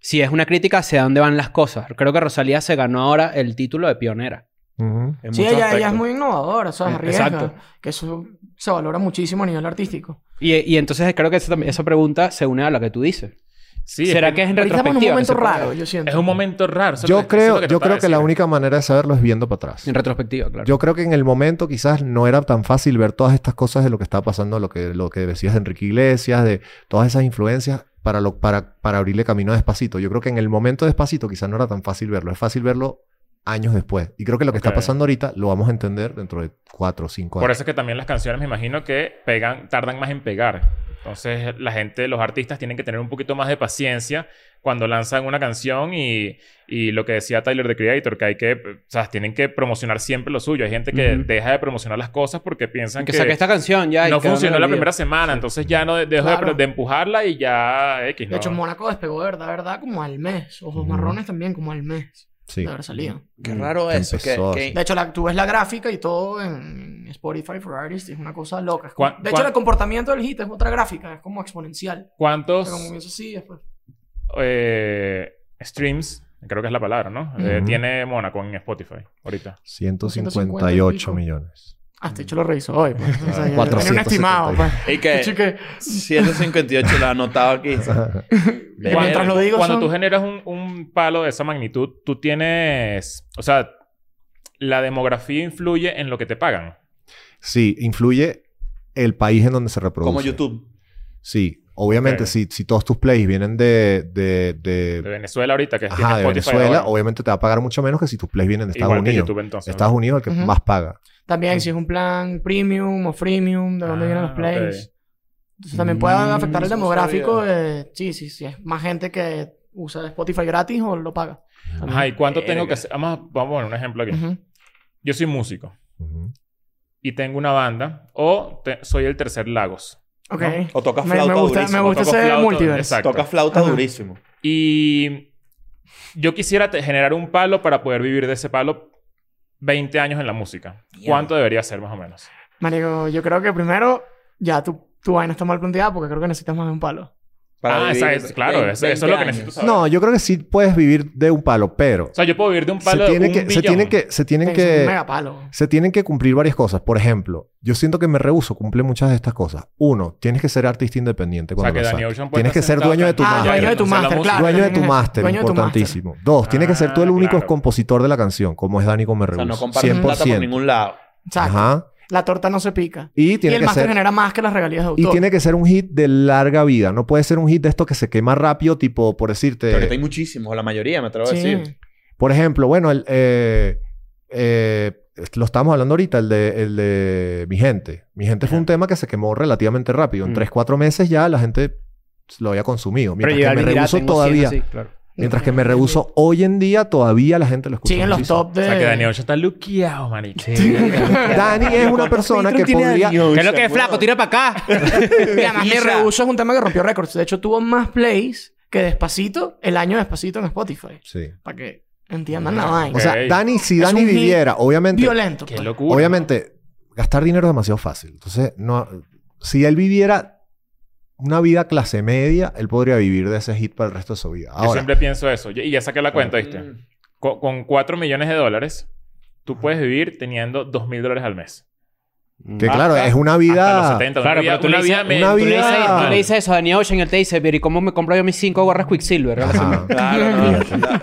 si es una crítica hacia dónde van las cosas. Creo que Rosalía se ganó ahora el título de pionera. Ujú. En Sí, muchos ella, ella es aspectos. muy innovadora, ¿sabes? Eh, Arriesga, exacto. Que eso se valora muchísimo a nivel artístico. Y, y entonces creo que esa, tam- esa pregunta se une a lo que tú dices. Sí, ¿Será que que es en Ahorita estamos retrospectiva? en un momento que se puede- raro, yo siento. es un momento raro. eso es lo Yo que- eso es creo, lo yo trataba creo de que la decir. única manera de saberlo es viendo para atrás. En retrospectiva, claro. Yo creo que en el momento quizás no era tan fácil ver todas estas cosas de lo que estaba pasando, lo que, lo que decías de Enrique Iglesias, de todas esas influencias para, lo, para, para abrirle camino a Despacito. Yo creo que en el momento de Despacito quizás no era tan fácil verlo. Es fácil verlo años después. Y creo que lo que Ok. está pasando ahorita lo vamos a entender dentro de cuatro o cinco años. Por eso es que también las canciones me imagino que pegan, tardan más en pegar. Entonces la gente, los artistas tienen que tener un poquito más de paciencia cuando lanzan una canción y, y lo que decía Tyler the Creator, que hay que, o sea, tienen que promocionar siempre lo suyo. Hay gente que Ujú. deja de promocionar las cosas porque piensan que que, saqué esta canción ya. y no quedó en el funcionó la olvido. primera semana, entonces ya no de- dejo de- Claro. de, empujarla y ya X, De hecho, ¿no? Mónaco despegó de verdad, de verdad, como al mes. Ojos Ujú. marrones también, como al mes Sí. de haber salido. Qué Mm, raro que eso. que- empezó que- así. De hecho, la, tú ves la gráfica y todo en Spotify for Artists y es una cosa loca. Es como- ¿Cuán- de hecho, cuán- el comportamiento del hit es otra gráfica, es como exponencial. O ¿Cuántos sea, como comienza así, después. eh, streams, creo que es la palabra, ¿no? Eh, Ujú. tiene Mónaco en Spotify ahorita. 158 158 millones. Ah, este hecho lo revisó hoy, pues. O sea, yo tenía un 470. estimado, pues. Y De que hecho, que 158 lo anotaba aquí. Que mientras lo digo cuando son- tú generas un, un palo de esa magnitud, tú tienes, o sea, la demografía influye en lo que te pagan. Sí, influye el país en donde se reproduce. Como YouTube. Sí, obviamente, Ok. si, si todos tus plays vienen de, de, de- De Venezuela ahorita, que es ajá, de Venezuela, obviamente te va a pagar mucho menos que si tus plays vienen de Estados Estados Unidos. YouTube entonces. ¿no? Estados Unidos es el que Ujú. más paga. También si es un plan premium o freemium, de dónde Ah, vienen los ok. plays. Entonces también puede afectar el Mm, no demográfico sabía. de... Sí, sí, sí. Es más gente que usa Spotify gratis o lo paga. También. Ajá, ¿y cuánto tengo Verga. que hacer? Vamos, a- vamos a poner un ejemplo aquí. Eh, Ujú. Yo soy músico Ujú. y tengo una banda o te- soy el tercer Lagos. Ok. ¿No? O tocas Me, me flauta gusta, me durísimo. gusta Toco ese flauta, multiverso. exacto. Tocas flauta Ajá. durísimo. Y yo quisiera te- generar un palo para poder vivir de ese palo 20 años en la música. Mierda. ¿Cuánto debería ser más o menos? Marico, yo creo que primero ya tu, tu vaina está mal planteada porque creo que necesitas más de un palo. Para ah, esa vivir es- claro, 20 eso, eso es lo que años. necesito saber. No, yo creo que sí puedes vivir de un palo, pero O sea, yo puedo vivir de un palo se tiene de un que, se billón. tiene que, se tienen Es un que, mega palo. se tienen que cumplir varias cosas. Por ejemplo, yo siento que me rehuso cumple muchas de estas cosas. Uno, tienes que ser artista independiente O sea, cuando que lo Danny saques. Ocean puede Tienes que estar ser sentado dueño de tu acá. Ah, máster. dueño de tu O sea, la máster, música- claro. dueño de tu Dueño de máster, tu máster. importantísimo. Dos, tienes que ser tú el Ah, único claro. compositor de la canción, como es Dani O Comerreus. sea, no compartes plata por ningún lado. Exacto. Ajá. La torta no se pica. Y Y tiene el que máster ser genera más que las regalías de autor. y tiene que ser un hit de larga vida, no puede ser un hit de esto que se quema rápido, tipo por Pero ahorita decirte, hay muchísimos, la mayoría, me atrevo a Sí. decir. por ejemplo, bueno, el, eh, eh, lo estábamos hablando ahorita, el de, el de Mi Gente. Mi Gente fue un tema que se quemó relativamente rápido. En Mm. 3, 4 meses ya la gente lo había consumido. Pero Mientras yo que me rehuso todavía. Mientras que me rehuso hoy en día, todavía la gente lo escucha. Siguen los muchísimo. top de... O sea, que Daniel Ocean está luqueado, marico. Dani es una persona que podría... ¿Qué es lo que es flaco? Tira para acá. Y además, Mi Rehuso es un tema que rompió récords. De hecho, tuvo más plays que Despacito, el año Despacito en Spotify. Sí. Para que entiendan la vaina. O sea, Ok. Dani, si Es Dani un hit viviera, obviamente, Violento. Qué pues. locura. obviamente, gastar dinero es demasiado fácil. Entonces, no, si él viviera una vida clase media, él podría vivir de ese hit para el resto de su vida. Yo Ahora, siempre pienso eso. Yo- Y ya saqué la cuenta, ¿viste? Mm. Con, con 4 millones de dólares, tú puedes vivir teniendo 2 mil dólares al mes. que Ah, hasta- claro, es una Hasta los vida... 70. Claro, una vida, pero tú una le vida, dices- me- una tú le Tú le, vida- dices- dices, Ah. tú le dices eso a Danny Ocean, él te dice, pero ¿y cómo me compro yo mis cinco gorras Quicksilver? Ah. a la semana?" Ajá. Claro, no.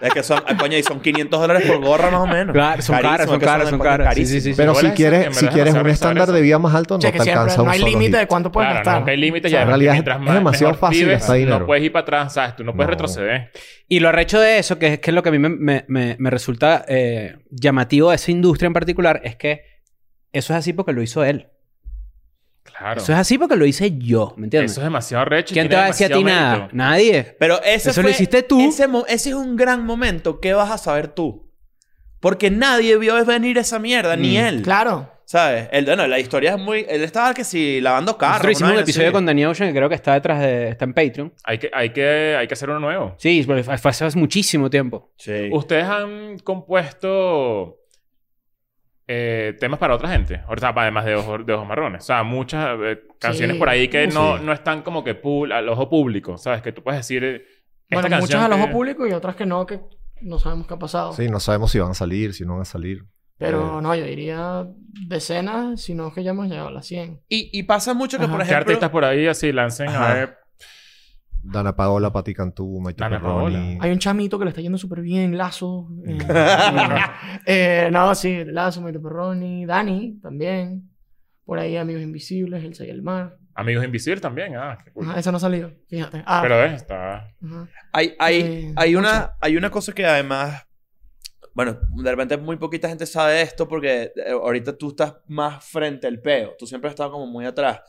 Es que son, ah, coño, y son 500 dólares por gorra más o menos. Claro, son Carísimo, caras, es son que caras, son deportes caras. Sí, sí, carísimos. sí, sí. Pero si Bolas, en quieres, verdad si es quieres un demasiado estándar rezar. de vida más alto, no Che, te que siempre alcanza no un hay solo límite de hit. cuánto puedes Claro, gastar. nunca hay límite. O sea, ya en realidad mientras es más, demasiado mejor fácil vives, gastar dinero. No puedes ir para atrás, ¿sabes? Tú no puedes No. retroceder. Y lo arrecho de eso, que es que es lo que a mí me, me- me- me resulta eh, llamativo de esa industria en particular, es que eso es así porque lo hizo él. Claro. Eso es así porque lo hice yo, ¿me entiendes? Eso es demasiado recho. y ¿Quién te tiene va a decir a ti demasiado nada? mérito. Nadie. Pero ese Eso fue- lo hiciste tú. Ese, mo- ese es un gran momento. ¿Qué vas a saber tú? Porque nadie vio venir esa mierda, ni Mm. él. Claro. ¿Sabes? Él, bueno, la historia es muy... Él estaba que si lavando carros. Nosotros hicimos una un vaina episodio así. con Danny Ocean que creo que está detrás de... Está en Patreon. Hay que, hay, que, hay que hacer uno nuevo. Sí, pero fue fue hace muchísimo tiempo. Sí. Ustedes han compuesto eh, temas para otra gente. O sea, además de Ojos, de ojos Marrones. O sea, muchas eh, canciones Sí. por ahí que no, Sí. no están como que pul- al ojo público. ¿Sabes? Que tú puedes decir. eh, esta Bueno, muchas canción al ojo que- público y otras que no, que no sabemos qué ha pasado. Sí, no sabemos si van a salir, si no van a salir. Eh. Pero no, yo diría decenas, si no es que ya hemos llegado a las 100. Y, y pasa mucho que, Ajá. por ¿Qué artistas ejemplo... por ahí así lancen Ajá. a ver? Dana Paola, Pati Cantú, Maite Dana Perroni. Hay un chamito que le está yendo súper bien, Lazo. eh, Mm. eh, no, sí, Lazo, Maite Perroni, Dani también. Por ahí Amigos Invisibles, El Sey y el Mar. Amigos Invisibles también. Ah, qué cool. Ajá, esa no ha salido, fíjate. Ah, Pero ves, está. ajá. Hay, hay, Eh, hay, mucho. una, hay una cosa que además, bueno, de repente muy poquita gente sabe esto porque eh, ahorita tú estás más frente al peo. Tú siempre has estado como muy atrás.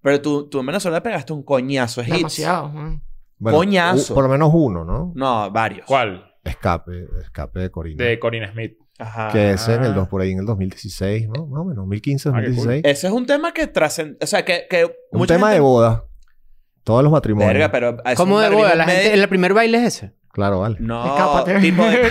Pero tú, tú en Venezuela pegaste un coñazo de hits. demasiado. ajá. Bueno, Coñazo. u- por lo menos uno, ¿no? No, varios. ¿Cuál? Escape, escape de Corina. De Corinne Smith. Ajá. Que es en el Ah. dos, por ahí en el 2016, ¿no? Más o menos, 2015, Ah, qué cool. 2016. Eh, Ese es un tema que trascend... O sea, que... que Un tema de boda. Todos los matrimonios. Verga, pero... es ¿Cómo un de barbijo boda? en La gente, medio. ¿El primer baile es ese? Claro, vale. Ah, No, Escápate. tipo de...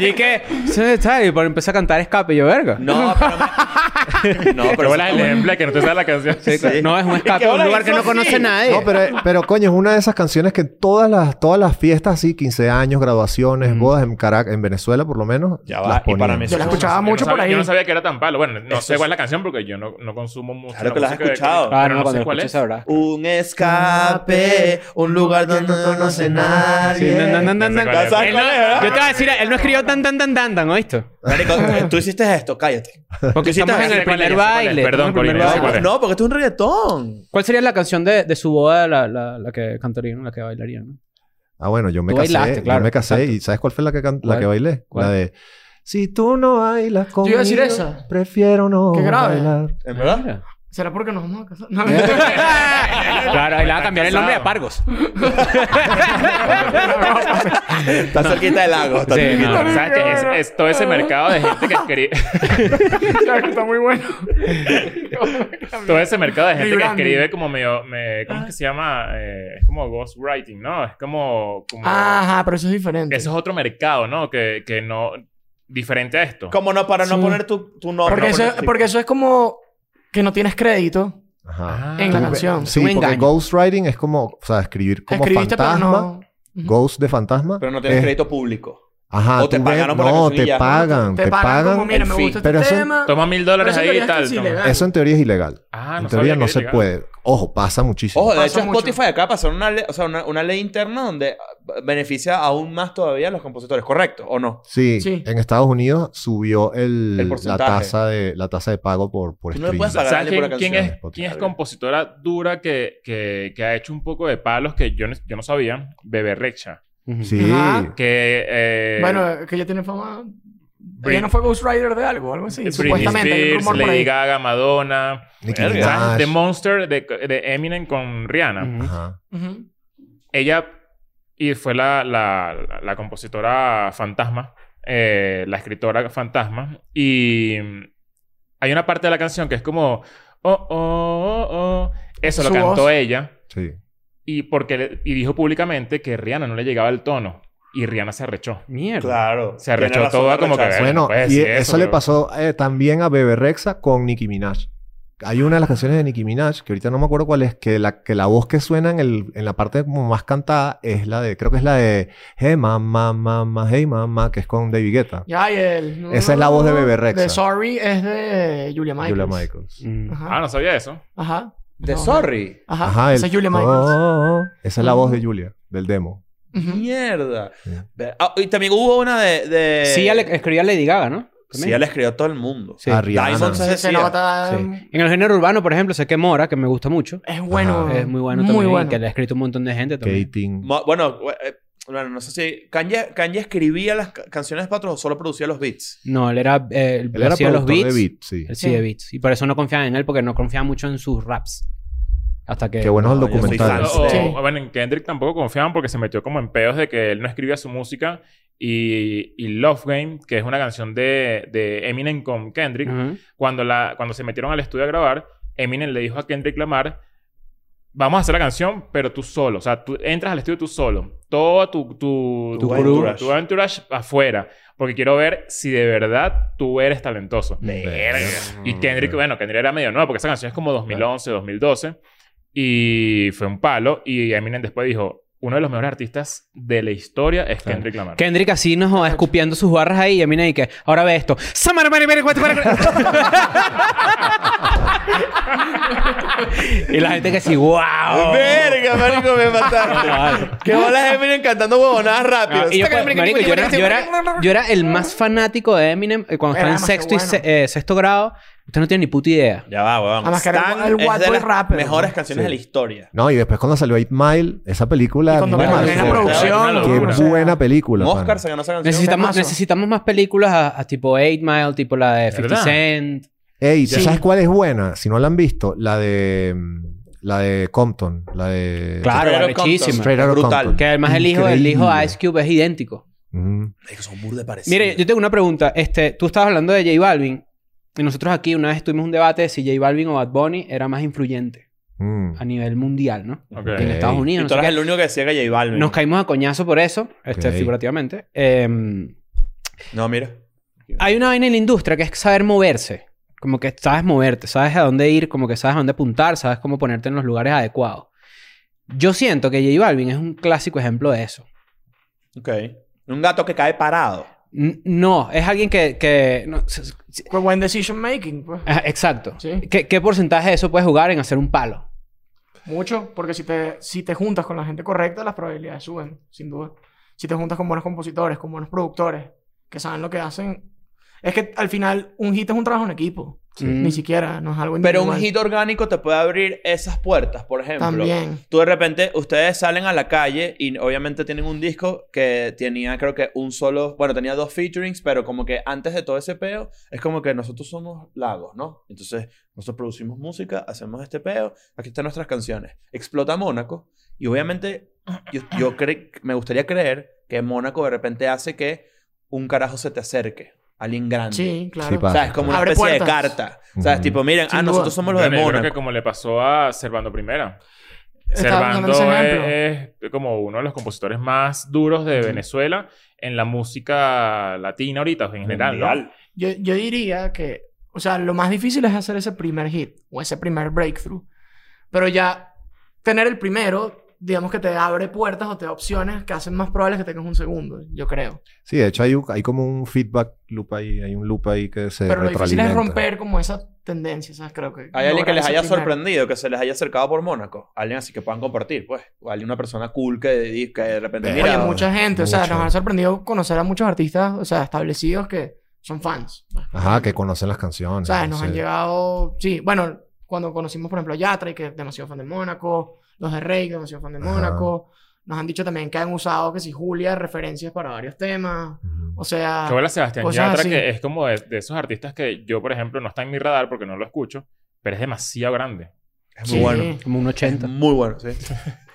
y que... Sí, está, y por empezar a cantar escape, yo verga. No, pero... me- No, Pero pero... bolas el ejemplo de que no te sale la canción. Sí, claro. sí. No, es un ¿Y qué escape, un bolas lugar que hizo no conoce así? nadie. Eh. No, pero, pero coño, es una de esas canciones que todas las, todas las fiestas, así, 15 años, graduaciones, Mm. bodas en Caracas, en Venezuela por lo menos. Ya las va, y para ponían. mí Yo la eso- escuchaba Yo no mucho sabía- por ahí. Yo no sabía que era tan palo. Bueno, no Eso sé es- cuál es la canción porque yo no, no consumo mucho. Claro la que la has música de- escuchado. Claro, pero Ah, no, no sé cuando cuál escuches es. sabrás. Un escape, un lugar donde no conoce nadie. Sí, na, na, na, na, na. Ya sabes Él cuál no- es, ¿verdad? Yo te voy a decir, él no escribió tan, tan, tan, tan, tan, ¿oíste? Marico, eh, tú hiciste esto, cállate. Porque Sí, estamos te- en ya el sé cuál primer es, ya sé cuál es. baile. Perdón, estamos en el Corina, primer ya sé baile. cuál es. No, porque esto es un reggaetón. ¿Cuál sería la canción de, de su boda, la, la, la que cantarían, la que bailarían? Ah, bueno, yo me Tú casé. bailaste, claro, yo me casé. exacto. ¿Y sabes cuál fue la que, can- la ¿Cuál? que bailé? ¿Cuál? La de... Si tú no bailas conmigo... Yo iba a decir esa. Prefiero no Qué grave. bailar. ¿En ¿Verdad? ¿Será porque nos vamos a casar? No, Claro, ahí le va a cambiar el nombre a Pargos. Está cerquita del lago. Está Sí, cerquita. no. ¿Sabes qué? Es, es todo ese mercado de gente que escribe. Claro que está muy bueno. todo ese mercado de gente que Rebranding. escribe como medio. me- ¿Cómo es que se llama? Eh, es como ghostwriting, ¿no? Es como. como- Ajá, pero eso es diferente. Eso es otro mercado, ¿no? Que, que no. Diferente a esto. Como no, para no Sí. poner tu, tu nombre. porque, no eso, poner- porque eso es como que no tienes crédito Ajá. Ah. en la canción. Sí, Un porque engaño. ghostwriting es como... O sea, escribir como Escribiste, fantasma. pero no. Ujú. Ghost de fantasma. Pero no tienes Eh. es- crédito público. Ajá, O te tú pagaron por la No, canción y te ya. pagan, te, pagan. como, mira, el me fin. gusta Pero este eso- tema. Toma mil dólares Pero eso ahí y en teoría tal. es que es toma. ilegal. Eso en teoría es ilegal. Ah, en no teoría sabía no que se era puede. Ojo, pasa muchísimo. Ojo, de Pasa hecho, mucho. Spotify acá pasó una, le- o sea, una, una ley interna donde ah, beneficia aún más todavía a los compositores, ¿correcto? ¿O no? Sí, Sí. en Estados Unidos subió El el, la porcentaje. tasa de la tasa de pago por por Tú no le streaming. puedes pagar. ¿Sabes Pagarle por quién, la quién canción es, de Spotify. quién es compositora dura que, que, que ha hecho un poco de palos que yo, no- yo no sabía? Bebe Recha. Sí. Ajá. Que... eh, Bueno, que ella tiene fama. Brit- Ella no fue Ghost Rider de algo, algo así. Britney supuestamente. hay un Spears, rumor por Lady ahí. Gaga, Madonna... Nicki Verga. ¿Sabes? Minaj. The Monster de, de Eminem con Rihanna. Ujú. Ajá. Ujú. Ella... Y fue la, la, la, la compositora fantasma. eh, la escritora fantasma. Y... Hay una parte de la canción que es como... Oh, oh, oh, oh. Eso lo Su cantó voz. ella. Sí. Y, porque le- y dijo públicamente que Rihanna no le llegaba el tono. Y Rihanna se arrechó. Mierda. Claro. Se arrechó Tiene razón toda de como que, rechazar. Bueno, Bueno, pues, y e, sí, eso, eso, le pero- pasó eh, también a Bebe Rexha con Nicki Minaj. Hay una de las canciones de Nicki Minaj, que ahorita no me acuerdo cuál es, que la, que la voz que suena en, el, en la parte como más cantada es la de, creo que es la de Hey mamá, mamá, hey mamá, que es con David Guetta. Ya, y el... no, Esa es la voz de Bebe Rexha. De Sorry es de Julia Michaels. Julia Michaels. Mm. Ajá. Ah, no sabía eso. Ajá. De No, sorry. Ajá. Ajá, Esa el- es Julia Oh, Michaels. Mm. oh, oh. Esa es la voz de Julia, del demo. Ujú. Mierda. Yeah. Ve- ah, y también hubo una de. de... Sí, Eh, ya le escribía Lady Gaga, ¿no? Sí, ya le escribió a todo el mundo. Sí. A Rihanna. Diamond se- Se, se decía. nota... Sí. En el género urbano, por ejemplo, sé que Mora, que me gusta mucho. Es bueno. Ajá. Es muy bueno Ah, muy también. y Bueno. que le ha escrito un montón de gente también. Kating. Mo- Bueno, eh, bueno, no sé si. Kanye, Kanye escribía las ca- canciones de Patro o solo producía los beats. No, él era... eh, él Él era hacía los productor beats. de beats, sí. Él sí de beats. Y por eso no confiaban en él, porque no confiaban mucho en sus raps. Hasta que... Qué bueno el no, yo soy fan. documental. O- o- Sí. o bueno, en Kendrick tampoco confiaban porque se metió como en peos de que él no escribía su música. Y, y Love Game, que es una canción de, de Eminem con Kendrick, Ujú. cuando, la, cuando se metieron al estudio a grabar, Eminem le dijo a Kendrick Lamar, vamos a hacer la canción, pero tú solo. O sea, tú entras al estudio tú solo. Todo tu, tu, Tu entourage. tu entourage afuera. Porque quiero ver si de verdad tú eres talentoso. Verga. Mm. Y Kendrick, bueno, Kendrick era medio nuevo porque esa canción es como 2011, 2012. Y fue un palo. Y Eminem después dijo, uno de los mejores artistas de la historia es Claro. Kendrick Lamar. Kendrick así nos va escupiendo sus barras ahí y a mí nadie que ahora ve esto. Samara, mari, mari, cuatro, para, para. y la gente que sí, Ah, wow. Verga, marico, me mataste. Qué bolas Eminem cantando huevonadas rápido. Y yo, pues, marico, yo era, yo era- yo era el más fanático de Eminem eh, cuando Era estaba en sexto, y demasiado se- eh, sexto grado. Usted no tiene ni puta idea. Ya va, huevón. Además que era Stan el- el es White de Boy las rapper, ¿no? mejores canciones Sí. de la historia. No, y después cuando salió 8 Mile, esa película... Y cuando no, me man, compré la qué- producción, Qué locura. buena película. Oscar pana. se ganó esa canción. Necesitamos, temazo. necesitamos más películas a, a tipo 8 Mile, tipo la de 50 ¿Verdad? Cent. Ey, Sí. ¿sabes cuál es buena? Si no la han visto, la de mm, la de Compton, la de Claro, Straight Outta arrechísima. Straight Outta brutal. Compton. Que además el hijo, el hijo Increíble. Ice Cube es idéntico. Ujú. Marico, son burde parecidos. Mire, yo tengo una pregunta. Este, tú estabas hablando de J Balvin. Y nosotros aquí una vez tuvimos un debate de si J Balvin o Bad Bunny era más influyente Mm. a nivel mundial, ¿no? Ok. En Ey. Estados Y Unidos. tú no sé eras el qué. único que decía que J Balvin. Nos caímos a coñazo por eso, este, Ok. figurativamente. Em, No, mira. hay una vaina en la industria que es saber moverse. Como que sabes moverte, sabes a dónde ir, como que sabes a dónde apuntar, sabes cómo ponerte en los lugares adecuados. Yo siento que J Balvin es un clásico ejemplo de eso. Ok. Un gato que cae parado. N- no, es alguien que... que no, s- s- Pues buen decision making, pues. Eh. Ajá, Exacto. Sí. ¿Qué, qué porcentaje de eso puedes jugar en hacer un palo? Mucho, porque si te, si te juntas con la gente correcta, las probabilidades suben, sin duda. Si te juntas con buenos compositores, con buenos productores, que saben lo que hacen. Es que al final, un hit es un trabajo en equipo. Mm. Ni siquiera, no es algo Pero un individual. hit orgánico te puede abrir esas puertas, por ejemplo. También. Tú de repente, ustedes salen a la calle y obviamente tienen un disco que tenía, creo que un solo, bueno, tenía dos featurings, pero como que antes de todo ese peo, es como que nosotros somos lagos, ¿no? Entonces, nosotros producimos música, hacemos este peo, aquí están nuestras canciones. Explota Mónaco y obviamente yo, yo cre- me gustaría creer que Mónaco de repente hace que un carajo se te acerque, alguien grande. Sí, claro. Sí, pa. O sea, es como una Abre especie de puertas. carta. O sea, es Ujú. tipo, miren, Sin ah, duda. nosotros somos los de Bueno, yo creo que Mónaco. como le pasó a Servando Primera. Estaba Servando pensando en ese ejemplo. es, es como uno de los compositores más duros de Venezuela en la música latina ahorita, en general, ¿no? Mundial. Yo, yo diría que, o sea, lo más difícil es hacer ese primer hit o ese primer breakthrough. Pero ya tener el primero, digamos que te abre puertas o te da opciones que hacen más probables que tengas un segundo, yo creo. Sí, de hecho hay, un- hay como un feedback loop ahí, hay un loop ahí que se Pero lo difícil es retroalimenta. romper como esa tendencia, ¿sabes? Creo que. Hay alguien que lograr les ese haya primer- sorprendido, que se les haya acercado por Mónaco. Alguien así que puedan compartir, pues. O alguien, una persona cool que, di- que de repente. Oye, Mira, Oye, mucha gente, o sea, Mucho. nos ha sorprendido conocer a muchos artistas, o sea, establecidos que son fans. Ajá, que conocen las canciones. ¿Sabes? Nos no han sé. llegado. Sí, bueno, cuando conocimos, por ejemplo, a Yatra, y que es demasiado fan del Mónaco, los de Rey, que es demasiado fan del Ajá. Mónaco. Nos han dicho también que han usado, que si Julia, referencias para varios temas. Ujú. O sea. Que hola Sebastián Ah, Cosas Yatra, así. que es como de, de esos artistas que yo, por ejemplo, no está en mi radar porque no lo escucho, pero es demasiado grande. es muy sí. bueno. Como un Es 80. muy bueno, sí.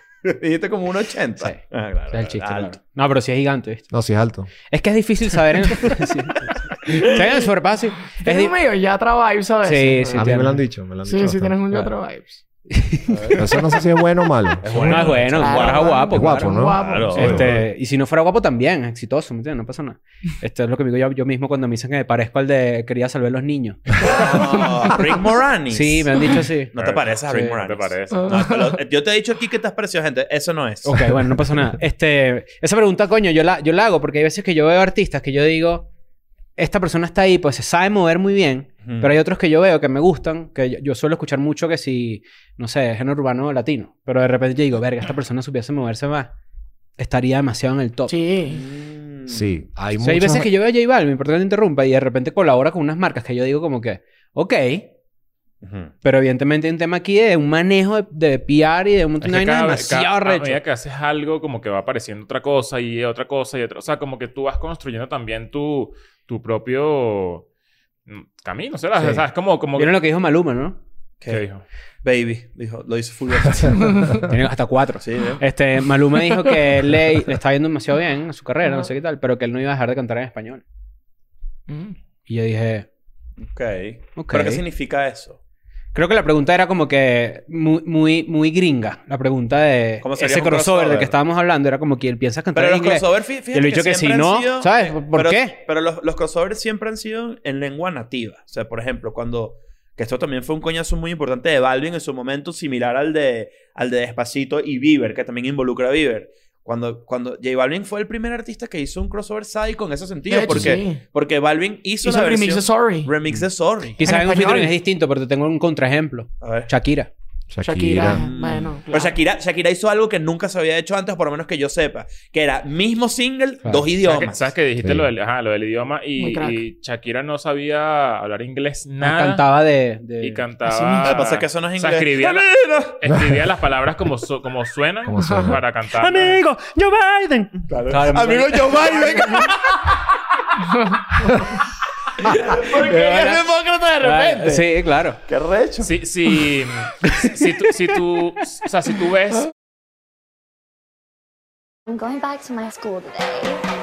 Dijiste como un 80. Sí. Ah, claro, Ese es el chiste, alto. claro. No, pero sí es gigante, ¿viste? No, sí es alto. Es que es difícil saber en... sí. Sí, en el superpaso, sí. Es Tengo di- medio Yatra vibes a veces. Sí, ¿no? sí, A mí tiene- me lo han dicho, me lo han Sí, Ah, dicho. sí, tienes bastante. un Claro. Yatra vibes. Eso no sé si es bueno o malo. Es No es bueno. Claro, Guaraja guapo. Es guapo, claro. ¿no? Claro. Sí. Este, y si no fuera guapo también, exitoso, ¿me entiendes? No pasa nada. Esto es lo que digo yo, yo mismo cuando me dicen que me parezco al de quería salvar a los niños. No, Rick Moranis. Sí, me han dicho así. No te pareces a Sí, Rick no Moranis. te parece. No, es que lo- yo te he dicho aquí que te has parecido a gente. Eso no es. Ok, bueno, no pasa nada. Este, esa pregunta, coño, yo la, yo la hago porque hay veces que yo veo artistas que yo digo, esta persona está ahí, pues se sabe mover muy bien, Ujú. pero hay otros que yo veo que me gustan, que yo, yo suelo escuchar mucho que si, no sé, género urbano o latino, pero de repente yo digo, verga, esta persona supiese moverse más, estaría demasiado en el top. Sí. Mm. Sí, hay O sea, hay muchas- veces que yo veo a J Balvin, perdón que te interrumpa, y de repente colabora con unas marcas que yo digo como que, ok, Ujú. pero evidentemente hay un tema aquí de un manejo de, de PR y de un montón de vainas ah, demasiado a recho. medida que haces algo, como que va apareciendo otra cosa y otra cosa y otra. O sea, como que tú vas construyendo también tu, tu propio mm, camino. ¿sabes? Sí. O sea, es como... como Vieron lo que dijo Maluma, ¿no? ¿Qué? ¿Qué dijo? Baby. Dijo, lo hizo full Tiene hasta cuatro. Sí, ¿eh? Este, Maluma dijo que él le, le está yendo demasiado bien en su carrera, no Ajá. sé qué tal, pero que él no iba a dejar de cantar en español. Mm. Y yo dije, Ok. Ok. ¿Pero qué significa eso? creo que la pregunta era como que muy, muy, muy gringa. La pregunta de ¿Cómo sería ese un crossover del crossover? que estábamos hablando era como que él piensa cantar Pero en los inglés. crossover, fí- Y fíjate el bicho que si siempre han no, sido- eh, ¿sabes? ¿Por pero, qué? Pero los, los crossovers siempre han sido en lengua nativa. O sea, por ejemplo, cuando... Que esto también fue un coñazo muy importante de Balvin en su momento, similar al de, al de Despacito y Bieber, que también involucra a Bieber. Cuando, cuando J Balvin fue el primer artista que hizo un crossover sádico en ese sentido. De hecho, porque, sí. porque Balvin hizo, Hizo la el remix de versión- Sorry. remix de Sorry. Quizás en en un español. featuring es distinto, pero te tengo un contraejemplo. A ver. Shakira. Shakira. Shakira. Bueno, Pero claro. Shakira, Shakira hizo algo que nunca se había hecho antes, por lo menos que yo sepa, que era mismo single, Claro. dos ¿Sabes que, idiomas. sabes que dijiste Sí. lo, del, ajá, lo del idioma? Y, Muy crack. y Shakira no sabía hablar inglés nada. Cantaba de... de- Y Así cantaba... mismo. Lo que pasa es que eso no es O sea, inglés. escribía la- ¡Amigo! Escribía las palabras como, su- como suenan Como suenan. para cantar. ¡Amigo! ¡Joe Biden! Claro, Amigo Joe Biden. Porque Claro. es demócrata de Claro, repente. Sí, claro. Qué recho. Si, si, mm, si, tú, si tú... O sea, si tú ves I'm going back to my school today.